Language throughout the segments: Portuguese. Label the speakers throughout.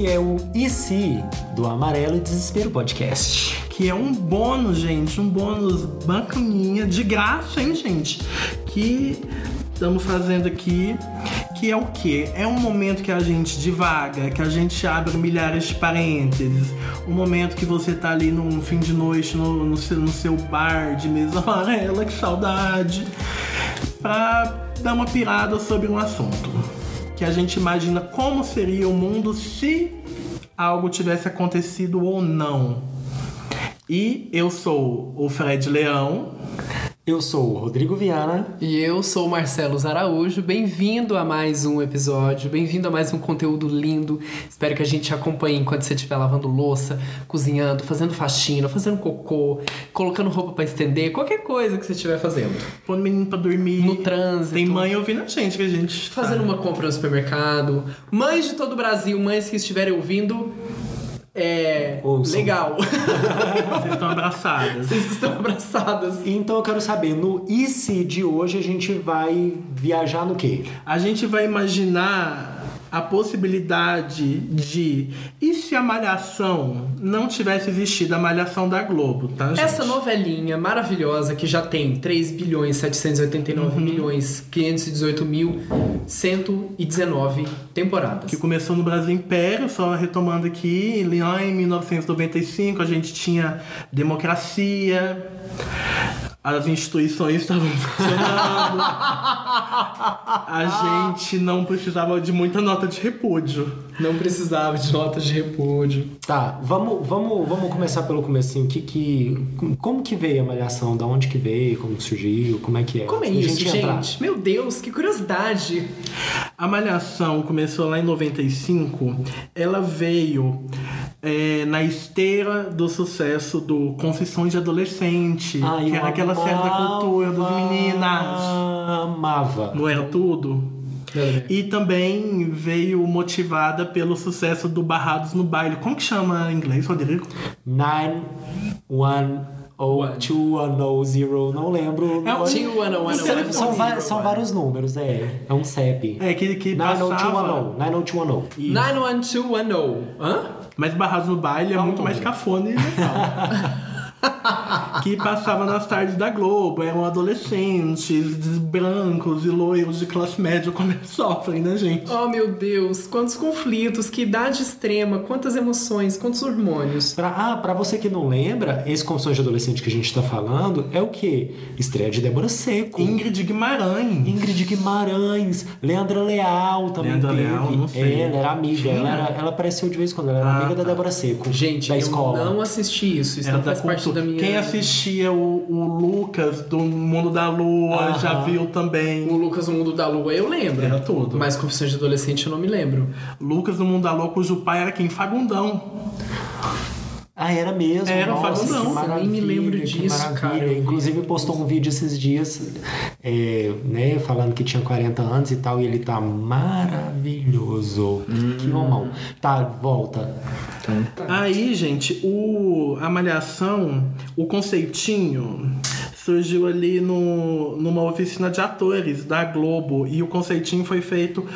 Speaker 1: é esqueci do Amarelo e Desespero Podcast.
Speaker 2: Que é um bônus, gente, um bônus bacaninha, de graça, hein, gente? Que estamos fazendo aqui. Que é o quê? É um momento que a gente divaga, que a gente abre milhares de parênteses. Um momento que você tá ali num fim de noite no, no seu, no seu bar de mesa amarela, que saudade. Pra dar uma pirada sobre um assunto. Que a gente imagina como seria o mundo se algo tivesse acontecido ou não. E eu sou o Fred Leão.
Speaker 1: Eu sou o Rodrigo Viana.
Speaker 3: E eu sou o Marcelo Araújo. Bem-vindo a mais um episódio, bem-vindo a mais um conteúdo lindo. Espero que a gente te acompanhe enquanto você estiver lavando louça, cozinhando, fazendo faxina, fazendo cocô, colocando roupa pra estender, qualquer coisa que você estiver fazendo.
Speaker 2: Pondo um menino pra dormir.
Speaker 3: No trânsito.
Speaker 2: Tem mãe ouvindo a gente, que a gente.
Speaker 3: Fazendo uma compra no supermercado. Mães de todo o Brasil, mães que estiverem ouvindo. É.
Speaker 1: Ouçam.
Speaker 3: Legal.
Speaker 2: tá- Vocês estão abraçadas.
Speaker 3: Vocês estão abraçadas.
Speaker 1: Então eu quero saber, no e se de hoje a gente vai viajar no quê?
Speaker 2: A gente vai imaginar a possibilidade de. E se a Malhação não tivesse existido a Malhação da Globo, tá, gente?
Speaker 3: Essa novelinha maravilhosa que já tem 3 bilhões 789 milhões 518 mil 119 temporadas.
Speaker 2: Que começou no Brasil Império, só retomando aqui, lá em 1995 a gente tinha democracia, as instituições estavam funcionando, a gente não precisava de muita nota de repúdio.
Speaker 3: Não precisava de notas de repúdio.
Speaker 1: Tá, vamos, vamos, vamos começar pelo comecinho. O que que, como que veio a Malhação? Da onde que veio? Como que surgiu? Como é que é?
Speaker 3: Como é
Speaker 1: Antes da
Speaker 3: isso, gente?
Speaker 1: entrar.
Speaker 3: Meu Deus, que curiosidade.
Speaker 2: A Malhação começou lá em 95, ela veio é, na esteira do sucesso do Confissões de Adolescente,
Speaker 1: Ai,
Speaker 2: que
Speaker 1: eu
Speaker 2: era aquela série da cultura dos
Speaker 1: amava,
Speaker 2: meninas.
Speaker 1: Amava.
Speaker 2: Não era tudo?
Speaker 1: é
Speaker 3: E
Speaker 2: E também veio motivada pelo sucesso do Barrados no Baile. Como que chama em inglês, Rodrigo?
Speaker 1: oh, 910210, oh, não lembro.
Speaker 2: É um
Speaker 1: Olha-
Speaker 3: tinha o ano, o ano, o ano.
Speaker 1: Então, são, va- são vários números, é. É um CEP.
Speaker 2: É aquele que passava...
Speaker 1: 90210. 90210.
Speaker 3: 91210. oh. Hã?
Speaker 2: Mas Barrados no Baile é
Speaker 3: um
Speaker 2: muito mais cafona e legal. que passava nas tardes da Globo. Eram adolescentes, brancos e loiros de classe média como eles sofrem, né, gente?
Speaker 3: Oh, meu Deus, quantos conflitos, que idade extrema, quantas emoções, quantos hormônios.
Speaker 1: Pra, ah, pra você que não lembra, esse Confissões de Adolescente que a gente tá falando é o quê? Estreia de Débora Seco.
Speaker 2: Ingrid Guimarães.
Speaker 1: Ingrid Guimarães, Leandra Leal também
Speaker 2: Leandra
Speaker 1: teve. É,
Speaker 2: Leal, não sei.
Speaker 1: Ela era amiga, ela,
Speaker 2: Tinha?
Speaker 1: era- ela apareceu de vez em quando, ela era
Speaker 2: Ah,
Speaker 1: amiga da
Speaker 2: tá.
Speaker 1: Débora Seco.
Speaker 3: Gente,
Speaker 1: da
Speaker 3: eu
Speaker 1: escola.
Speaker 3: não assisti isso, isso
Speaker 2: Era
Speaker 3: não
Speaker 2: da
Speaker 3: faz parte
Speaker 2: cultura.
Speaker 3: da minha...
Speaker 2: Quem assistia o, o Lucas do Mundo da Lua
Speaker 1: Aham.
Speaker 2: já viu também.
Speaker 3: O Lucas, o Mundo da Lua, eu lembro.
Speaker 2: Era tudo.
Speaker 3: Mas Confissões de Adolescente eu não me lembro.
Speaker 2: Lucas do Mundo da Lua, cujo pai era quem? Fagundão.
Speaker 1: Ah, era mesmo.
Speaker 2: Era,
Speaker 1: nossa,
Speaker 2: falo não,
Speaker 1: que
Speaker 3: eu nem me
Speaker 1: maravilha,
Speaker 3: lembro
Speaker 1: que
Speaker 3: disso,
Speaker 1: maravilha.
Speaker 3: cara, eu vi.
Speaker 1: Inclusive postou um vídeo esses dias, é, né, falando que tinha 40 anos e tal, e ele tá maravilhoso. Que homão. Tá, volta.
Speaker 2: Aí, gente, o, a Malhação, o conceitinho surgiu ali no, numa oficina de atores da Globo e o conceitinho foi feito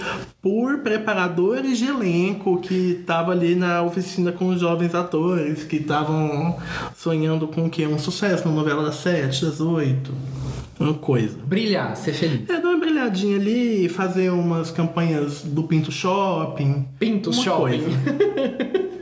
Speaker 2: por preparadores de elenco que estavam ali na oficina com os jovens atores que estavam sonhando com o quê? Um sucesso na novela das sete, das oito, uma coisa.
Speaker 3: Brilhar, ser feliz.
Speaker 2: É, dar uma brilhadinha ali, fazer umas campanhas do Pinto Shopping.
Speaker 3: Pintos
Speaker 2: uma
Speaker 3: Shopping.
Speaker 2: coisa.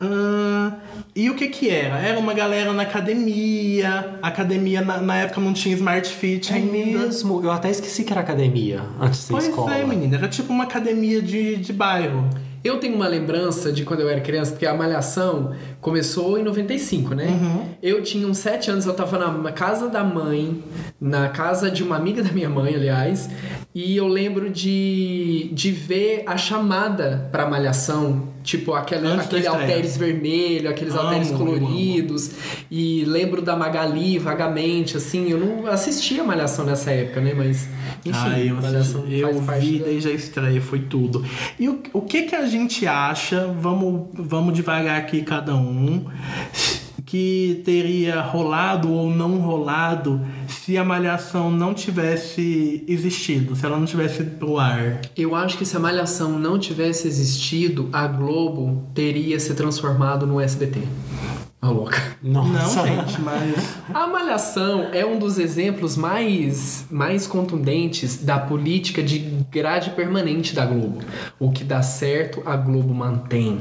Speaker 2: Ah, e o que que era? Era uma galera na academia. Academia, na, na época, não tinha Smart Fit
Speaker 1: É
Speaker 2: ainda.
Speaker 1: mesmo. Eu até esqueci que era academia antes da
Speaker 2: Pois
Speaker 1: escola.
Speaker 2: é, menina. Era tipo uma academia de, de bairro.
Speaker 3: Eu tenho uma lembrança de quando eu era criança, porque a Malhação começou em 95, né?
Speaker 2: Uhum.
Speaker 3: Eu tinha uns 7 anos, eu tava na casa da mãe, na casa de uma amiga da minha mãe, aliás, e eu lembro de, de ver a chamada pra Malhação, tipo aquela,
Speaker 2: Antes da
Speaker 3: aquele
Speaker 2: estreia.
Speaker 3: halteres vermelho, aqueles
Speaker 2: Amo,
Speaker 3: halteres
Speaker 2: eu amo.
Speaker 3: coloridos, e lembro da Magali vagamente, assim, eu não assistia Malhação nessa época, né? Mas, enfim,
Speaker 2: Ah, eu,
Speaker 3: Malhação
Speaker 2: assisti- eu
Speaker 3: faz parte
Speaker 2: vi
Speaker 3: da-
Speaker 2: desde a estreia, foi tudo. E o, o que que a gente acha, vamos, vamos devagar aqui cada um, que teria rolado ou não rolado se se a Malhação não tivesse existido, se ela não tivesse ido pro ar.
Speaker 3: Eu acho que se a Malhação não tivesse existido, a Globo teria se transformado no SBT. A Tá louca.
Speaker 2: Não,
Speaker 1: Nossa.
Speaker 2: gente, mas.
Speaker 3: A Malhação é um dos exemplos mais, mais contundentes da política de grade permanente da Globo. O que dá certo, a Globo mantém.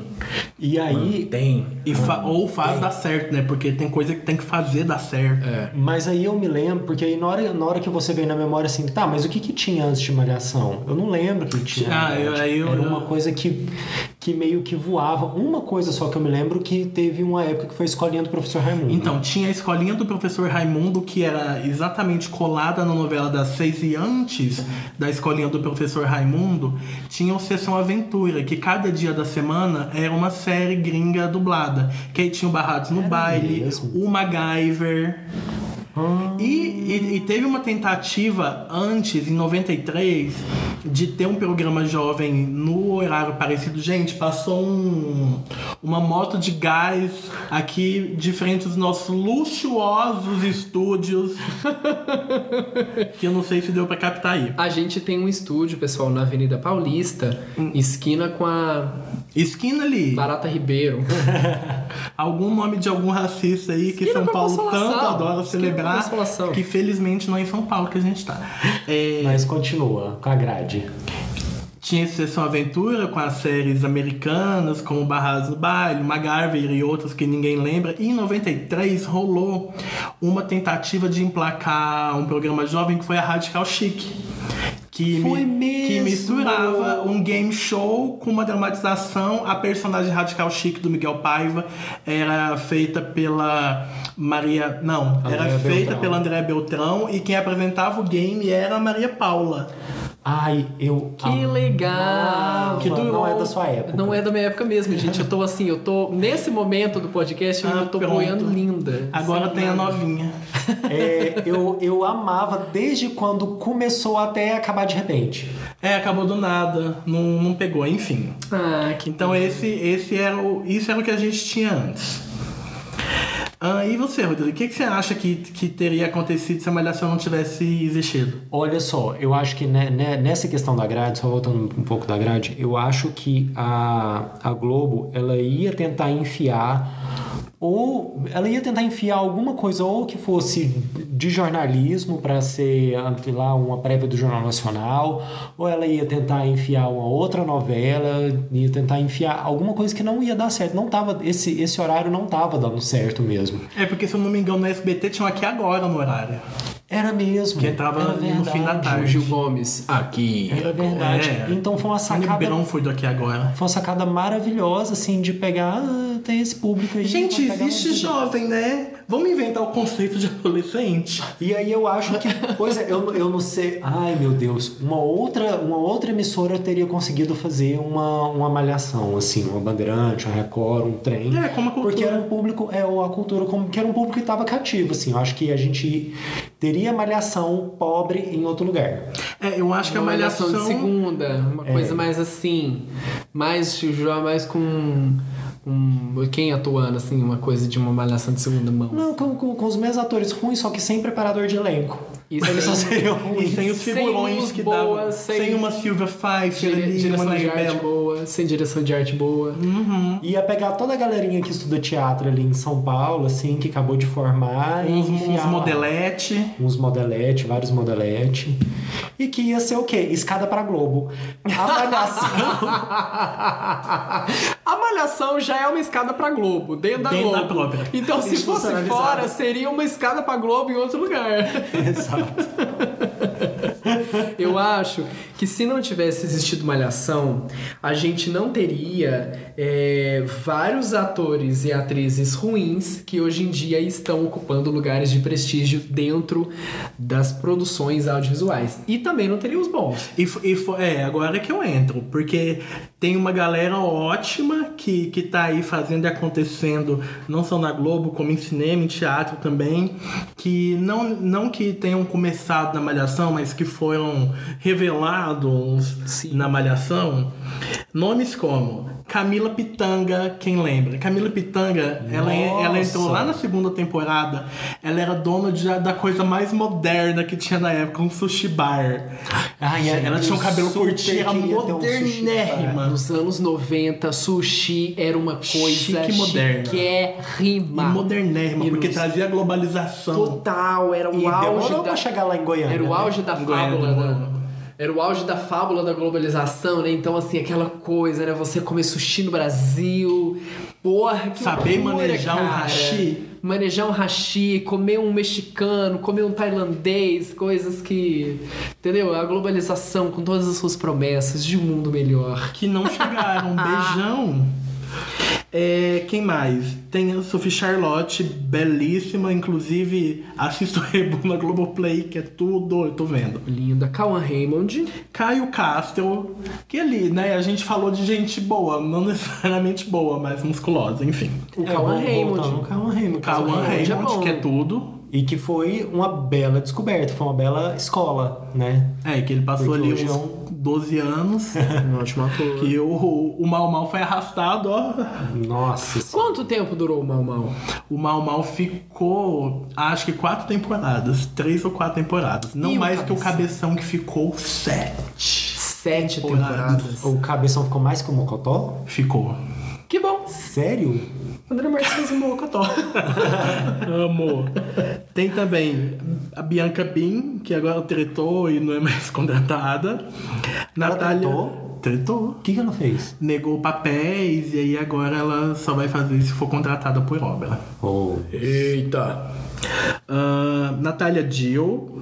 Speaker 1: E aí,
Speaker 3: Mantém.
Speaker 2: E fa- ou faz dar certo, né? Porque tem coisa que tem que fazer dar certo.
Speaker 3: É.
Speaker 1: Mas aí eu me lembro, porque aí na hora, na hora que você vem na memória assim, tá, mas o que que tinha antes de Malhação? Eu não lembro o que tinha.
Speaker 2: Ah,
Speaker 1: na verdade.
Speaker 2: eu- aí eu-
Speaker 1: Era uma coisa que, que meio que voava. Uma coisa só que eu me lembro que teve uma época que foi escolhendo do professor Raimundo.
Speaker 2: Então, tinha a escolinha do professor Raimundo, que era exatamente colada na novela das seis, e antes da escolinha do professor Raimundo, tinha o Sessão Aventura, que cada dia da semana era uma série gringa dublada. Que aí tinha o Barrados no Baile,
Speaker 1: mesmo?
Speaker 2: o MacGyver. E, e- e teve uma tentativa antes, em 93, de ter um programa jovem no horário parecido. Gente, passou um- uma moto de gás aqui de frente aos nossos luxuosos estúdios. que eu não sei se deu pra captar aí.
Speaker 3: A gente tem um estúdio, pessoal, na Avenida Paulista,
Speaker 2: Hum.
Speaker 3: esquina com a
Speaker 2: Esquina ali,
Speaker 3: Barata Ribeiro.
Speaker 2: algum nome de algum racista aí que
Speaker 3: Esquina
Speaker 2: São
Speaker 3: com a
Speaker 2: Paulo
Speaker 3: Consolação.
Speaker 2: tanto adora
Speaker 3: Esquina com a
Speaker 2: celebrar,
Speaker 3: Consolação.
Speaker 2: que felizmente não é em São Paulo que a gente tá. É,
Speaker 1: Mas continua, com a grade.
Speaker 2: Tinha esse Sessão Aventura com as séries americanas, como Barrados no Baile, MacGyver e outras que ninguém lembra. E em 93 rolou uma tentativa de emplacar um programa jovem que foi a Radical Chic. Que,
Speaker 1: Foi
Speaker 2: que
Speaker 1: mesmo!
Speaker 2: misturava um game show com uma dramatização. A personagem Radical Chic do Miguel Paiva era feita pela Maria. Não,
Speaker 1: Andréa
Speaker 2: era feita
Speaker 1: Beltrão.
Speaker 2: pela Andréa Beltrão e quem apresentava o game era a Maria Paula.
Speaker 1: Ai, eu.
Speaker 3: Que legal!
Speaker 1: Ah. Que durou. Não é da sua época.
Speaker 3: Não é da minha época mesmo, gente. Eu tô assim, eu tô. Nesse momento do podcast, eu
Speaker 2: Ah,
Speaker 3: ainda tô
Speaker 2: pronto.
Speaker 3: boiando linda.
Speaker 2: Agora tem a novinha.
Speaker 1: É, eu, eu amava desde quando começou até acabar de repente.
Speaker 2: É, acabou do nada, não, não pegou, enfim.
Speaker 3: Ah, que
Speaker 2: Então esse, esse era o, isso era o que a gente tinha antes. Ah, e você, Rodrigo, o que, que você acha que, que teria acontecido se a Malhação não tivesse existido?
Speaker 1: Olha só, eu acho que né, né, nessa questão da grade, só voltando um pouco da grade, eu acho que a, a Globo ela ia tentar enfiar ou ela ia tentar enfiar alguma coisa ou que fosse de jornalismo para ser ah, sei lá uma prévia do Jornal Nacional, ou ela ia tentar enfiar uma outra novela, ia tentar enfiar alguma coisa que não ia dar certo, não tava esse esse horário não tava dando certo mesmo.
Speaker 2: É porque, se eu não me engano, no SBT tinham um aqui agora no horário.
Speaker 1: Era mesmo.
Speaker 2: Que tava
Speaker 1: era
Speaker 2: no fim da
Speaker 1: verdade.
Speaker 2: tarde.
Speaker 3: O Gil Gomes aqui.
Speaker 1: Era verdade.
Speaker 2: É.
Speaker 1: Então foi uma
Speaker 2: Sacada...
Speaker 1: sacada
Speaker 2: Ribeirão foi do aqui agora.
Speaker 1: Foi uma sacada maravilhosa, assim, de pegar. "Ah, tem esse público aí.
Speaker 2: Gente,
Speaker 1: vou pegar
Speaker 2: existe
Speaker 1: um".
Speaker 2: jovem, né? Vamos inventar o conceito de adolescente.
Speaker 1: E aí eu acho que. Pois é, eu, eu não sei. Ai, meu Deus. Uma outra, uma outra emissora teria conseguido fazer uma, uma malhação, assim, uma bandeirante, uma Record, um trem.
Speaker 2: É, como a cultura.
Speaker 1: Porque era um público, é, ou a cultura, como que era um público que estava cativo, assim. Eu acho que a gente teria malhação pobre em outro lugar.
Speaker 2: É, eu acho que a
Speaker 3: uma malhação
Speaker 2: Malhação...
Speaker 3: de segunda, uma coisa mais assim, mais já mais com um, quem atuando assim, uma coisa de uma malhação de segunda mão.
Speaker 1: Não, com, com, com os mesmos atores ruins, só que sem preparador de elenco.
Speaker 3: E
Speaker 1: Eles
Speaker 3: sem-
Speaker 1: só seriam
Speaker 2: E
Speaker 1: ruins.
Speaker 2: sem os
Speaker 3: Sem
Speaker 2: figurões
Speaker 3: luz
Speaker 2: que
Speaker 3: boa,
Speaker 2: dava.
Speaker 3: sem-
Speaker 2: Sem, uma Silvia Pfeiffer
Speaker 3: Dire-
Speaker 2: ali, uma
Speaker 3: direção de
Speaker 2: Nair
Speaker 3: arte
Speaker 2: Belo.
Speaker 3: boa, sem direção de arte boa.
Speaker 2: Uhum.
Speaker 1: Ia pegar toda a galerinha que estuda teatro ali em São Paulo, assim, que acabou de formar. e
Speaker 2: Uns,
Speaker 1: enfiar
Speaker 2: uns
Speaker 1: lá.
Speaker 2: modelete.
Speaker 1: Uns modelete, vários modelete. E que ia ser o quê? Escada pra Globo. A malhação.
Speaker 3: A malhação já é uma escada pra Globo, dentro da
Speaker 2: Dentro da
Speaker 3: Globo.
Speaker 2: própria.
Speaker 3: Então, se fosse
Speaker 1: Institucionalizada.
Speaker 3: fora, seria uma escada pra Globo em outro lugar.
Speaker 1: Exato.
Speaker 3: Eu acho que se não tivesse existido Malhação, a gente não teria é, vários atores e atrizes ruins que hoje em dia estão ocupando lugares de prestígio dentro das produções audiovisuais. E também não teria os bons.
Speaker 2: E, fo- e fo- é, agora que eu entro, porque tem uma galera ótima que, que tá aí fazendo e acontecendo, não só na Globo, como em cinema, em teatro também, que não, não que tenham começado na Malhação, mas que foram revelados
Speaker 3: Sim.
Speaker 2: na Malhação. Nomes como Camila Pitanga, quem lembra? Camila Pitanga, ela, ela entrou lá na segunda temporada, ela era dona de- da coisa mais moderna que tinha na época, um sushi bar.
Speaker 1: Ai, é,
Speaker 2: ela tinha um cabelo
Speaker 1: super
Speaker 2: curtinho, era
Speaker 1: queria ter um sushi bar.
Speaker 2: modernérrima.
Speaker 3: Nos anos 90, sushi era uma coisa
Speaker 2: Chique e moderna.
Speaker 3: chiquérrima.
Speaker 2: e modernérrima,
Speaker 3: E
Speaker 2: porque
Speaker 3: nos-
Speaker 2: trazia a globalização.
Speaker 3: Total, era o
Speaker 1: E
Speaker 3: auge
Speaker 1: demorou
Speaker 3: da...
Speaker 1: pra chegar lá em Goiânia.
Speaker 3: Era o
Speaker 1: né?
Speaker 3: auge da
Speaker 2: Goiânia
Speaker 3: fábula,
Speaker 2: demorou.
Speaker 3: né? Era o auge da fábula da globalização, né? Então, assim, aquela coisa, né? Você comer sushi no Brasil. Porra, que
Speaker 2: Saber
Speaker 3: loucura,
Speaker 2: manejar um
Speaker 3: cara.
Speaker 2: hashi.
Speaker 3: Manejar um hashi, comer um mexicano, comer um tailandês, coisas que. Entendeu? A globalização com todas as suas promessas de um mundo melhor.
Speaker 2: que não chegaram. Um
Speaker 3: Ah.
Speaker 2: Beijão. É, quem mais? Tem a Sophie Charlotte, belíssima, inclusive assisto o Rebu na Globoplay, que é tudo, eu tô vendo.
Speaker 3: Linda. Cauan Raymond.
Speaker 2: Caio Castro, que ali, né? A gente falou de gente boa, não necessariamente boa, mas musculosa, enfim.
Speaker 3: O
Speaker 1: É,
Speaker 3: Cauan
Speaker 1: vamos voltar no
Speaker 3: Raymond.
Speaker 1: Cauã Raymond.
Speaker 2: Cauã
Speaker 3: é
Speaker 2: Raymond,
Speaker 3: bom.
Speaker 2: que é tudo.
Speaker 1: E que foi uma bela descoberta, foi uma bela escola, né?
Speaker 2: É, que ele passou
Speaker 1: Porque
Speaker 2: ali
Speaker 1: hoje é
Speaker 2: uns 12 anos,
Speaker 3: Um ótimo ator.
Speaker 2: que o, o Mal Mal foi arrastado, ó.
Speaker 1: Nossa. senhora.
Speaker 3: Quanto tempo durou o Mal Mal?
Speaker 2: O Mal Mal ficou, acho que quatro temporadas. Três ou quatro temporadas. Não
Speaker 3: E o
Speaker 2: mais que o
Speaker 3: Cabeção?
Speaker 2: Cabeção que ficou sete.
Speaker 3: Sete
Speaker 2: Temporadas.
Speaker 3: temporadas.
Speaker 1: O cabeção ficou mais que o Mocotó?
Speaker 2: Ficou.
Speaker 3: Que bom.
Speaker 1: Sério?
Speaker 3: André Martins fez um mocotó.
Speaker 2: Amor. Tem também a Bianca Bin, que agora tretou e não é mais contratada. Natália.
Speaker 1: tretou?
Speaker 2: Tretou.
Speaker 1: O que, que ela fez?
Speaker 2: Negou papéis e aí agora ela só vai fazer se for contratada por obra.
Speaker 1: Oh.
Speaker 3: Eita.
Speaker 2: Ah, Natália Dill.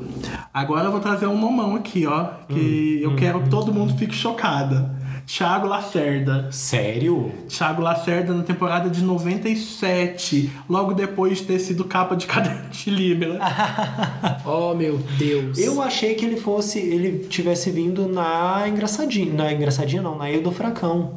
Speaker 2: Agora eu vou trazer um mamão aqui, ó. Que eu quero que todo mundo fique chocada. Thiago Lacerda.
Speaker 1: Sério?
Speaker 2: Thiago Lacerda na temporada de 97, logo depois de ter sido capa de caderno de Libra.
Speaker 3: Oh, meu Deus.
Speaker 1: Eu achei que ele fosse, ele tivesse vindo na engraçadinha, na engraçadinha não, na Eu do Fracão.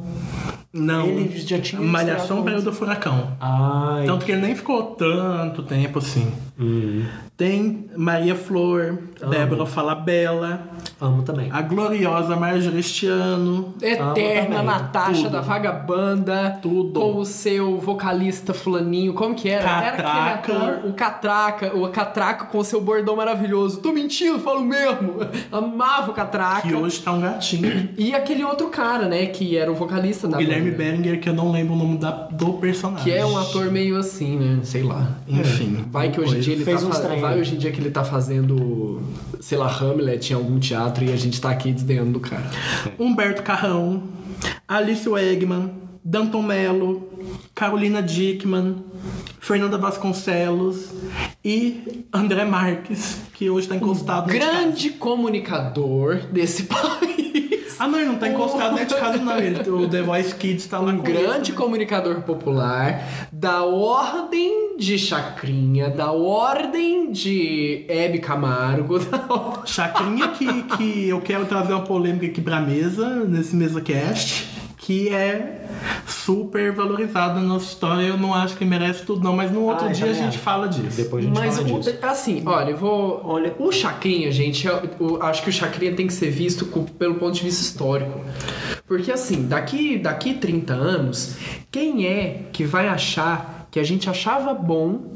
Speaker 2: Não.
Speaker 1: Ele já tinha
Speaker 2: Malhação
Speaker 1: estreado
Speaker 2: para
Speaker 1: antes.
Speaker 2: do furacão.
Speaker 1: Ai.
Speaker 2: Tanto que ele nem ficou tanto tempo assim.
Speaker 1: Hum.
Speaker 2: Tem Maria Flor, Débora Falabella,
Speaker 1: Amo também.
Speaker 2: a gloriosa Marjorie Estiano,
Speaker 3: Eterna
Speaker 1: também.
Speaker 3: Natasha
Speaker 2: Tudo.
Speaker 3: da Vagabanda.
Speaker 2: Tudo.
Speaker 3: Com o seu vocalista fulaninho. Como que era? Era
Speaker 2: Catraca.
Speaker 3: aquele ator, o Catraca. O Catraca com o seu bordão maravilhoso. Tô mentindo, falo mesmo. Amava o Catraca.
Speaker 2: que hoje tá um gatinho.
Speaker 3: E aquele outro cara, né? Que era o vocalista da
Speaker 2: Guilherme
Speaker 3: banda.
Speaker 2: Beringer, que eu não lembro o nome da- do personagem.
Speaker 3: Que é um ator meio assim, né? Sei lá.
Speaker 2: Enfim.
Speaker 3: Vai que hoje em dia ele
Speaker 1: Fez
Speaker 3: tá
Speaker 1: uns
Speaker 3: fa-
Speaker 1: treinos.
Speaker 3: Vai hoje em dia que ele tá fazendo, sei lá, Hamlet em algum teatro e a gente tá aqui desdenhando do cara.
Speaker 2: Humberto Carrão, Alice Wegman, Danton Mello, Carolina Dickman, Fernanda Vasconcelos e André Marques, que hoje tá encostado no
Speaker 3: Grande comunicador desse país.
Speaker 2: Ah, não, ele não tá encostado dentro de casa, não. Ele, o The Voice Kids tá lá com
Speaker 3: Um Grande comunicador popular da ordem de Chacrinha, da ordem de Hebe Camargo. da or-
Speaker 2: ele. Chacrinha que, que eu quero trazer uma polêmica aqui pra mesa, nesse mesa cast, que é super valorizada na nossa história. Eu não acho que merece tudo, não, mas no outro
Speaker 1: Ah, eu
Speaker 2: dia a
Speaker 1: também
Speaker 2: gente
Speaker 1: acho.
Speaker 2: fala disso.
Speaker 1: Depois a gente
Speaker 3: Mas
Speaker 1: fala
Speaker 3: o-
Speaker 1: disso.
Speaker 3: assim, olha, eu vou. Olha, o Chacrinha, gente, eu, eu acho que o Chacrinha tem que ser visto co- pelo ponto de vista histórico. Porque assim, daqui, daqui 30 anos, quem é que vai achar que a gente achava bom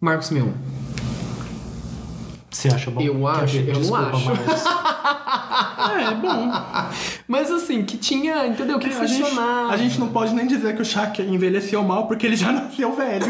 Speaker 3: Marcos Mion?
Speaker 1: Você acha bom?
Speaker 3: Eu acho, eu não
Speaker 1: desculpa,
Speaker 3: acho.
Speaker 1: Mas...
Speaker 2: Ah, é bom.
Speaker 3: Mas assim, que tinha, entendeu? Que
Speaker 2: É, a, gente,
Speaker 3: funcionava.
Speaker 2: a gente não pode nem dizer que o Shaq envelheceu mal porque ele já nasceu velho.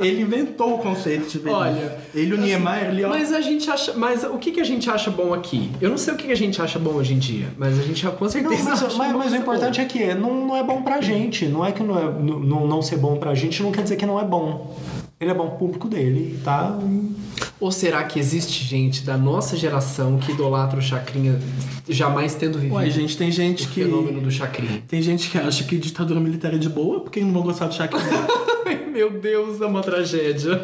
Speaker 2: ele inventou o conceito de velhice.
Speaker 3: Olha, assim,
Speaker 2: ele o Niemeyer ali, ó.
Speaker 3: Mas a gente acha. Mas o que, que a gente acha bom aqui? Eu não sei o que, que a gente acha bom hoje em dia, mas a gente com
Speaker 1: Não,
Speaker 3: certeza.
Speaker 1: mas,
Speaker 3: acha
Speaker 1: mas-
Speaker 3: bom
Speaker 1: mas o
Speaker 3: isso
Speaker 1: importante é que não, não é bom pra gente. Não é que não, é, não, não ser bom pra gente não quer dizer que não é bom. Ele é bom pro público dele, tá?
Speaker 3: bom. Ou será que existe gente da nossa geração que idolatra o Chacrinha jamais tendo vivido
Speaker 2: Ué, gente, tem
Speaker 3: o
Speaker 2: gente que.
Speaker 3: fenômeno do Chacrinha?
Speaker 2: Tem gente que acha que ditadura militar é de boa, porque não vão gostar do Shaq.
Speaker 3: Meu Deus, é uma tragédia.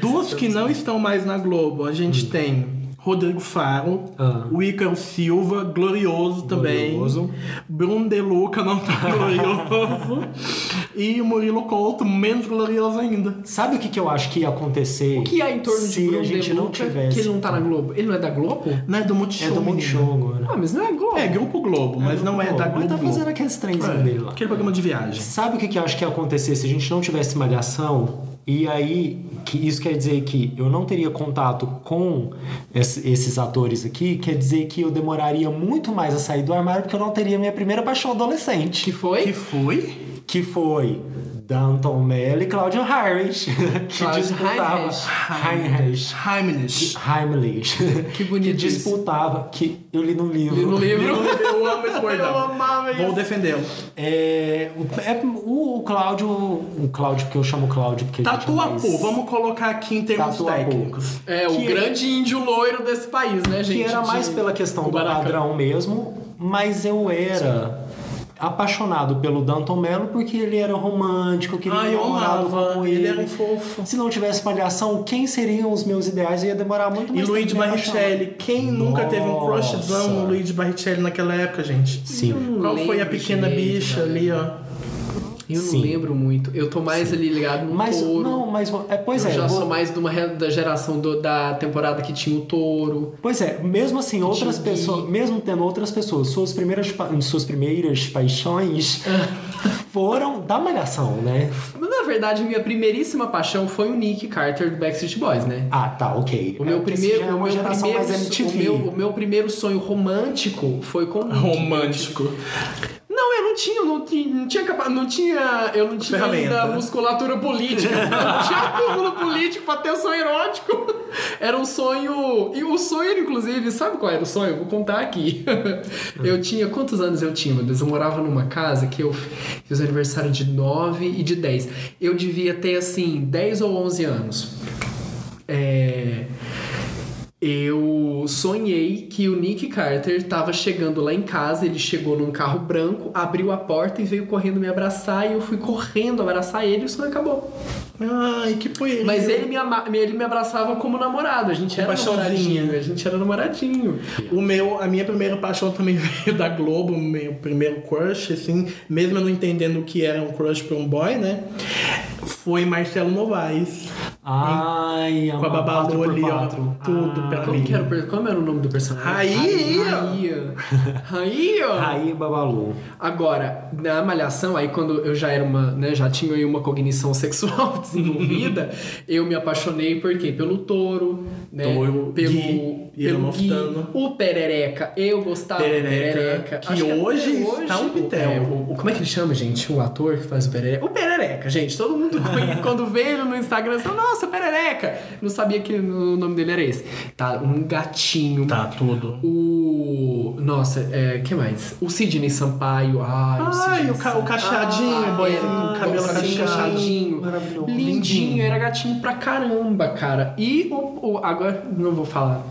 Speaker 2: Duas que não estão mais na Globo, a gente tem Rodrigo Faro,
Speaker 1: Hum. Ah.
Speaker 2: o Ícaro Silva, glorioso também.
Speaker 1: Glorioso.
Speaker 2: Bruno De Luca, não tão glorioso. e o Murilo Couto, menos glorioso ainda.
Speaker 1: Sabe o que, que eu acho que ia acontecer?
Speaker 3: O que há em torno
Speaker 1: se
Speaker 3: de Bruno
Speaker 1: a gente
Speaker 3: De
Speaker 1: não
Speaker 3: Luca,
Speaker 1: tivesse? um
Speaker 3: que ele não tá na Globo? Ele não é da Globo?
Speaker 2: Não é do Multishow,
Speaker 1: É do
Speaker 2: menino.
Speaker 1: Multishow agora.
Speaker 3: Ah, mas não é Globo.
Speaker 2: É, Grupo Globo, mas não é
Speaker 1: Pô,
Speaker 2: da Globo.
Speaker 1: Mas tá fazendo aqueles trenzinhos
Speaker 2: É,
Speaker 1: dele lá.
Speaker 2: Aquele programa de viagem.
Speaker 1: Sabe o que, que eu acho que ia acontecer se a gente não tivesse malhação? E aí, que isso quer dizer que eu não teria contato com es- esses atores aqui, quer dizer que eu demoraria muito mais a sair do armário porque eu não teria minha primeira paixão
Speaker 3: Que
Speaker 1: adolescente,
Speaker 3: foi?
Speaker 2: Que foi?
Speaker 1: que foi Danton Mello e Claudio Harris, que
Speaker 3: Claudio
Speaker 1: disputava
Speaker 3: Heinrich.
Speaker 1: Heinrich.
Speaker 2: Heimlich.
Speaker 1: Heimlich,
Speaker 3: Que bonito
Speaker 1: que
Speaker 3: isso.
Speaker 1: disputava, que eu li no livro.
Speaker 3: Li no livro.
Speaker 2: Eu amo esse cordão.
Speaker 3: Eu amava
Speaker 2: Vou
Speaker 3: isso.
Speaker 2: defendê-lo.
Speaker 1: É, o, é, o, o Cláudio, o Cláudio, porque eu chamo Cláudio porque ele é
Speaker 2: Tatuapô,
Speaker 1: mais-
Speaker 2: vamos colocar aqui em termos
Speaker 1: Tatuapô.
Speaker 2: técnicos.
Speaker 3: É, o
Speaker 1: Que-
Speaker 3: grande índio loiro desse país, né, gente?
Speaker 1: que era
Speaker 3: De-
Speaker 1: mais pela questão do
Speaker 3: Kubanacan.
Speaker 1: padrão mesmo, mas eu era apaixonado pelo Danton Mello porque ele era romântico, eu queria
Speaker 3: Ah,
Speaker 2: Ai,
Speaker 1: um
Speaker 2: eu
Speaker 1: namorado
Speaker 2: amava.
Speaker 1: como
Speaker 2: Ele
Speaker 1: ele.
Speaker 2: era um fofo.
Speaker 1: Se não tivesse palhação, quem seriam os meus ideais? Eu ia demorar muito
Speaker 2: E
Speaker 1: mais
Speaker 2: Luigi
Speaker 1: tempo pra me apaixonar.
Speaker 2: Barrichelli. Quem nunca teve um crushzão no
Speaker 1: Nossa.
Speaker 2: Luigi Barrichelli naquela época, gente? Hum,
Speaker 1: Sim.
Speaker 3: Não
Speaker 2: Qual foi a
Speaker 3: lembro
Speaker 2: pequena
Speaker 3: direito,
Speaker 2: bicha
Speaker 3: galera.
Speaker 2: ali, ó?
Speaker 3: Eu não
Speaker 1: Sim.
Speaker 3: lembro muito. Eu tô mais ali ligado no
Speaker 1: Mas
Speaker 3: touro.
Speaker 1: não, mas é, pois
Speaker 3: eu
Speaker 1: é,
Speaker 3: já
Speaker 1: vou-
Speaker 3: sou mais de uma re- da geração do- da temporada que tinha o touro.
Speaker 1: Pois é, mesmo assim, outras
Speaker 3: Entendi.
Speaker 1: pessoas, mesmo tendo outras pessoas, suas primeiras, pa- suas primeiras paixões foram da malhação, né?
Speaker 3: Mas na verdade, minha primeiríssima paixão foi o Nick Carter do Backstreet Boys, né?
Speaker 1: Ah, tá, ok.
Speaker 3: O meu
Speaker 1: É, porque
Speaker 3: primeiro,
Speaker 1: isso já é
Speaker 3: o
Speaker 1: uma
Speaker 3: meu
Speaker 1: geração
Speaker 3: primeiro,
Speaker 1: mais MTV.
Speaker 3: o meu, o meu primeiro sonho romântico foi com o Nick.
Speaker 2: Romântico.
Speaker 3: Não, eu não tinha, eu não tinha, não tinha, capa- não tinha eu não tinha
Speaker 2: Ferramenta.
Speaker 3: ainda musculatura política, eu não tinha acúmulo político pra ter um sonho erótico. Era um sonho, e o sonho era, inclusive, sabe qual era o sonho? Eu Vou contar aqui. Eu tinha, quantos anos eu tinha, meu Deus? Eu morava numa casa que eu fiz aniversário de 9 e de 10. Eu devia ter, assim, 10 ou 11 anos. É... Eu sonhei que o Nick Carter tava chegando lá em casa, ele chegou num carro branco, abriu a porta e veio correndo me abraçar, e eu fui correndo abraçar ele e o sonho acabou.
Speaker 2: Ai, que poeira.
Speaker 3: Mas ele me, ama- ele me abraçava como namorado, a Tipo gente
Speaker 2: Com
Speaker 3: era
Speaker 2: paixãozinha.
Speaker 3: namoradinho, a gente era namoradinho.
Speaker 2: O meu, a minha primeira paixão também veio da Globo, o meu primeiro crush, assim, mesmo eu não entendendo o que era um crush pra um boy, né? Foi Marcelo Novaes.
Speaker 1: Ai,
Speaker 2: Com a
Speaker 1: amar
Speaker 2: Babalu ali, ó.
Speaker 1: 4x4.
Speaker 2: Tudo
Speaker 1: Ah,
Speaker 2: pra
Speaker 3: Como,
Speaker 2: mim.
Speaker 3: que era, o per- como era o nome do personagem?
Speaker 2: Raí!
Speaker 3: Raia. Raia.
Speaker 1: Aí, Ah, Babalu.
Speaker 3: Agora, na malhação, aí quando eu já era uma, né, já tinha aí uma cognição sexual desenvolvida, eu me apaixonei por quê? Pelo touro, né?
Speaker 2: Touro,
Speaker 3: pelo
Speaker 2: Gui,
Speaker 3: pelo Gui,
Speaker 2: Irmão
Speaker 3: o perereca. Eu gostava
Speaker 2: Perereca,
Speaker 3: do perereca.
Speaker 2: que
Speaker 3: Acho até
Speaker 2: hoje está um pitel.
Speaker 3: é, o- o- como é que ele chama, gente? O ator que faz o perereca? O perereca, gente. Todo mundo conhe- quando vê ele no Instagram, fala, nossa, perereca. Não sabia que o nome dele era esse. Tá, um gatinho,
Speaker 2: Tá, tudo.
Speaker 3: o. Nossa, é. que mais? O Sidney Sampaio. Ai, o
Speaker 2: Ai,
Speaker 3: Sidney
Speaker 2: o, ca o
Speaker 3: Sampaio.
Speaker 2: cacheadinho, o boyzinho,
Speaker 3: Ai,
Speaker 2: o cabelo
Speaker 3: Ah, é. sim,
Speaker 2: cacheadinho.
Speaker 3: cacheadinho.
Speaker 1: Maravilhoso.
Speaker 3: Lindinho, era gatinho pra caramba, cara. E o. o- agora, não vou falar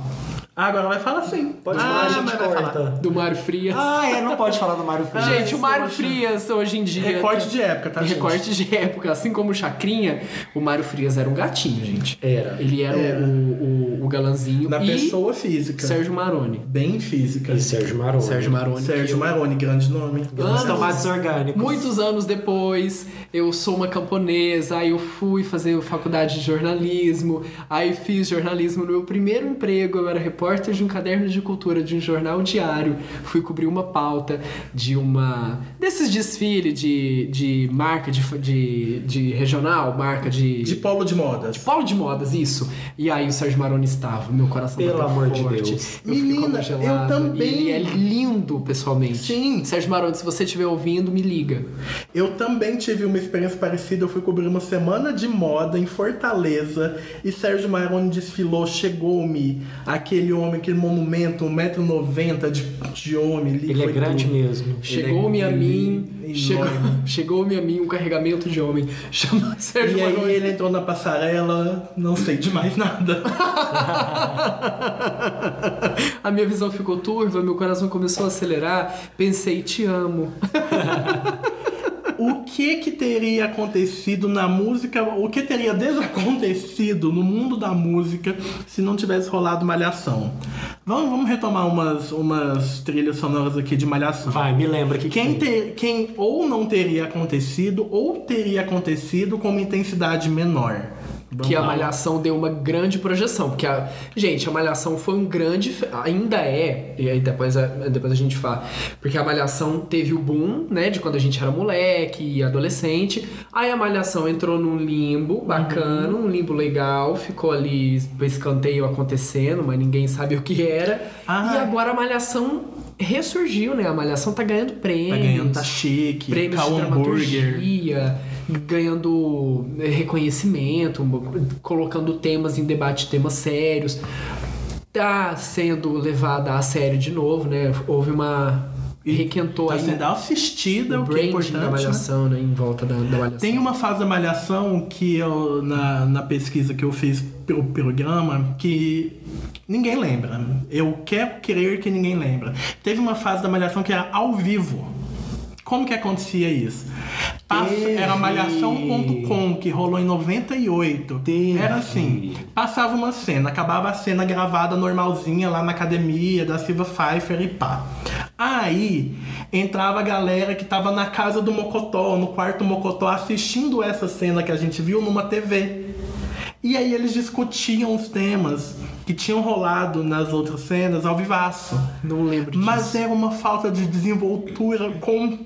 Speaker 2: Ah, Agora vai falar sim.
Speaker 1: Pode
Speaker 2: ah,
Speaker 1: falar, a
Speaker 2: mas
Speaker 1: gente
Speaker 2: vai falar.
Speaker 1: corta.
Speaker 3: do Mário Frias.
Speaker 1: Ah, é, não pode falar do Mário Frias.
Speaker 3: gente,
Speaker 2: isso
Speaker 3: o Mário
Speaker 2: eu acho-
Speaker 3: Frias hoje em dia.
Speaker 2: Recorte de época, tá, gente?
Speaker 3: Recorte de época. Assim como o Chacrinha, o Mário Frias era um gatinho, gente. É,
Speaker 1: Era.
Speaker 3: Ele era, o-
Speaker 2: Era.
Speaker 3: O, o, o galanzinho.
Speaker 2: É. Na
Speaker 3: e
Speaker 2: pessoa física.
Speaker 3: Sérgio Maroni.
Speaker 2: Bem física.
Speaker 1: E Sérgio Maroni.
Speaker 3: Sérgio Maroni. que
Speaker 2: Sérgio
Speaker 3: eu-
Speaker 2: Maroni, grande nome.
Speaker 1: Os tomates orgânicos.
Speaker 3: Muitos anos depois, eu sou uma camponesa, aí eu fui fazer faculdade de jornalismo, aí fiz jornalismo no meu primeiro emprego, eu era repórter de um caderno de cultura de um jornal diário, fui cobrir uma pauta de uma... desses desfiles de, de marca de, de, de regional, marca de...
Speaker 2: De polo de modas.
Speaker 3: Polo de modas, isso. E aí o Sérgio Maroni estava, meu coração
Speaker 1: Pelo
Speaker 3: bateu
Speaker 1: amor de
Speaker 3: forte.
Speaker 1: Deus.
Speaker 3: Eu fiquei
Speaker 2: Menina,
Speaker 3: congelado,
Speaker 2: eu também.
Speaker 3: E ele é lindo pessoalmente.
Speaker 2: Sim.
Speaker 3: Sérgio Maroni, se você estiver ouvindo, me liga.
Speaker 2: Eu também tive uma experiência parecida. Eu fui cobrir uma semana de moda em Fortaleza e Sérgio Maroni desfilou. Chegou-me aquele homem, aquele monumento, 1,90m de, de homem ali.
Speaker 1: Ele é
Speaker 2: foi
Speaker 1: grande
Speaker 2: tudo.
Speaker 1: mesmo.
Speaker 3: Chegou-me a mim.
Speaker 2: é enorme.
Speaker 3: chegou- Chegou-me a mim um carregamento de homem. Chama Sérgio
Speaker 2: E aí
Speaker 3: Maroni.
Speaker 2: ele entrou na passarela, não sei de mais nada.
Speaker 3: A minha visão ficou turva, meu coração começou a acelerar. Pensei, te amo.
Speaker 2: o que que teria acontecido na música, o que teria desacontecido no mundo da música se não tivesse rolado Malhação. Vamos, vamos retomar umas, umas trilhas sonoras aqui de Malhação.
Speaker 1: Vai, me lembra que
Speaker 2: Quem, te- quem ou não teria acontecido, ou teria acontecido com uma intensidade menor. Tá Vamos
Speaker 3: que a
Speaker 2: lá.
Speaker 3: Malhação deu uma grande projeção. Porque, a, gente, a Malhação foi um grande. fe- Ainda é, e aí depois a, depois a gente fala. Porque a Malhação teve o boom, né? De quando a gente era moleque e adolescente. Aí a Malhação entrou num limbo bacana,
Speaker 2: Uhum.
Speaker 3: um limbo legal. Ficou ali escanteio acontecendo, mas ninguém sabe o que era.
Speaker 2: Ah.
Speaker 3: E agora a Malhação ressurgiu, né? A Malhação tá ganhando
Speaker 2: Tá
Speaker 3: prêmios
Speaker 2: ganhando, tá chique,
Speaker 3: prêmios
Speaker 2: tá
Speaker 3: de
Speaker 2: um hambúrguer.
Speaker 3: dramaturgia, ganhando eh, reconhecimento, um colocando temas em debate, temas sérios. Tá sendo levada a sério de novo, né? Houve uma. Requentou
Speaker 2: Tá
Speaker 3: aí
Speaker 2: sendo assistida,
Speaker 3: o
Speaker 2: o que é
Speaker 3: branding da
Speaker 2: importante. né?
Speaker 3: malhação, né? Em volta da, da malhação.
Speaker 2: Tem um uma fase da malhação que eu, na, na pesquisa que eu fiz pelo programa, que ninguém lembra. Eu quero crer que ninguém lembra. Teve uma fase da malhação que era ao vivo. Como que acontecia isso? Passa-
Speaker 1: Teve.
Speaker 2: era malhação.com que rolou em 98.
Speaker 1: Teve.
Speaker 2: Era assim, passava uma cena, acabava a cena gravada normalzinha lá na academia da Silva Pfeiffer e pá. Aí entrava a galera que tava na casa do Mocotó, no quarto Mocotó, assistindo essa cena que a gente viu numa TV. E aí eles discutiam os temas que tinham rolado nas outras cenas ao vivaço.
Speaker 3: Não lembro disso.
Speaker 2: Mas era uma falta de desenvoltura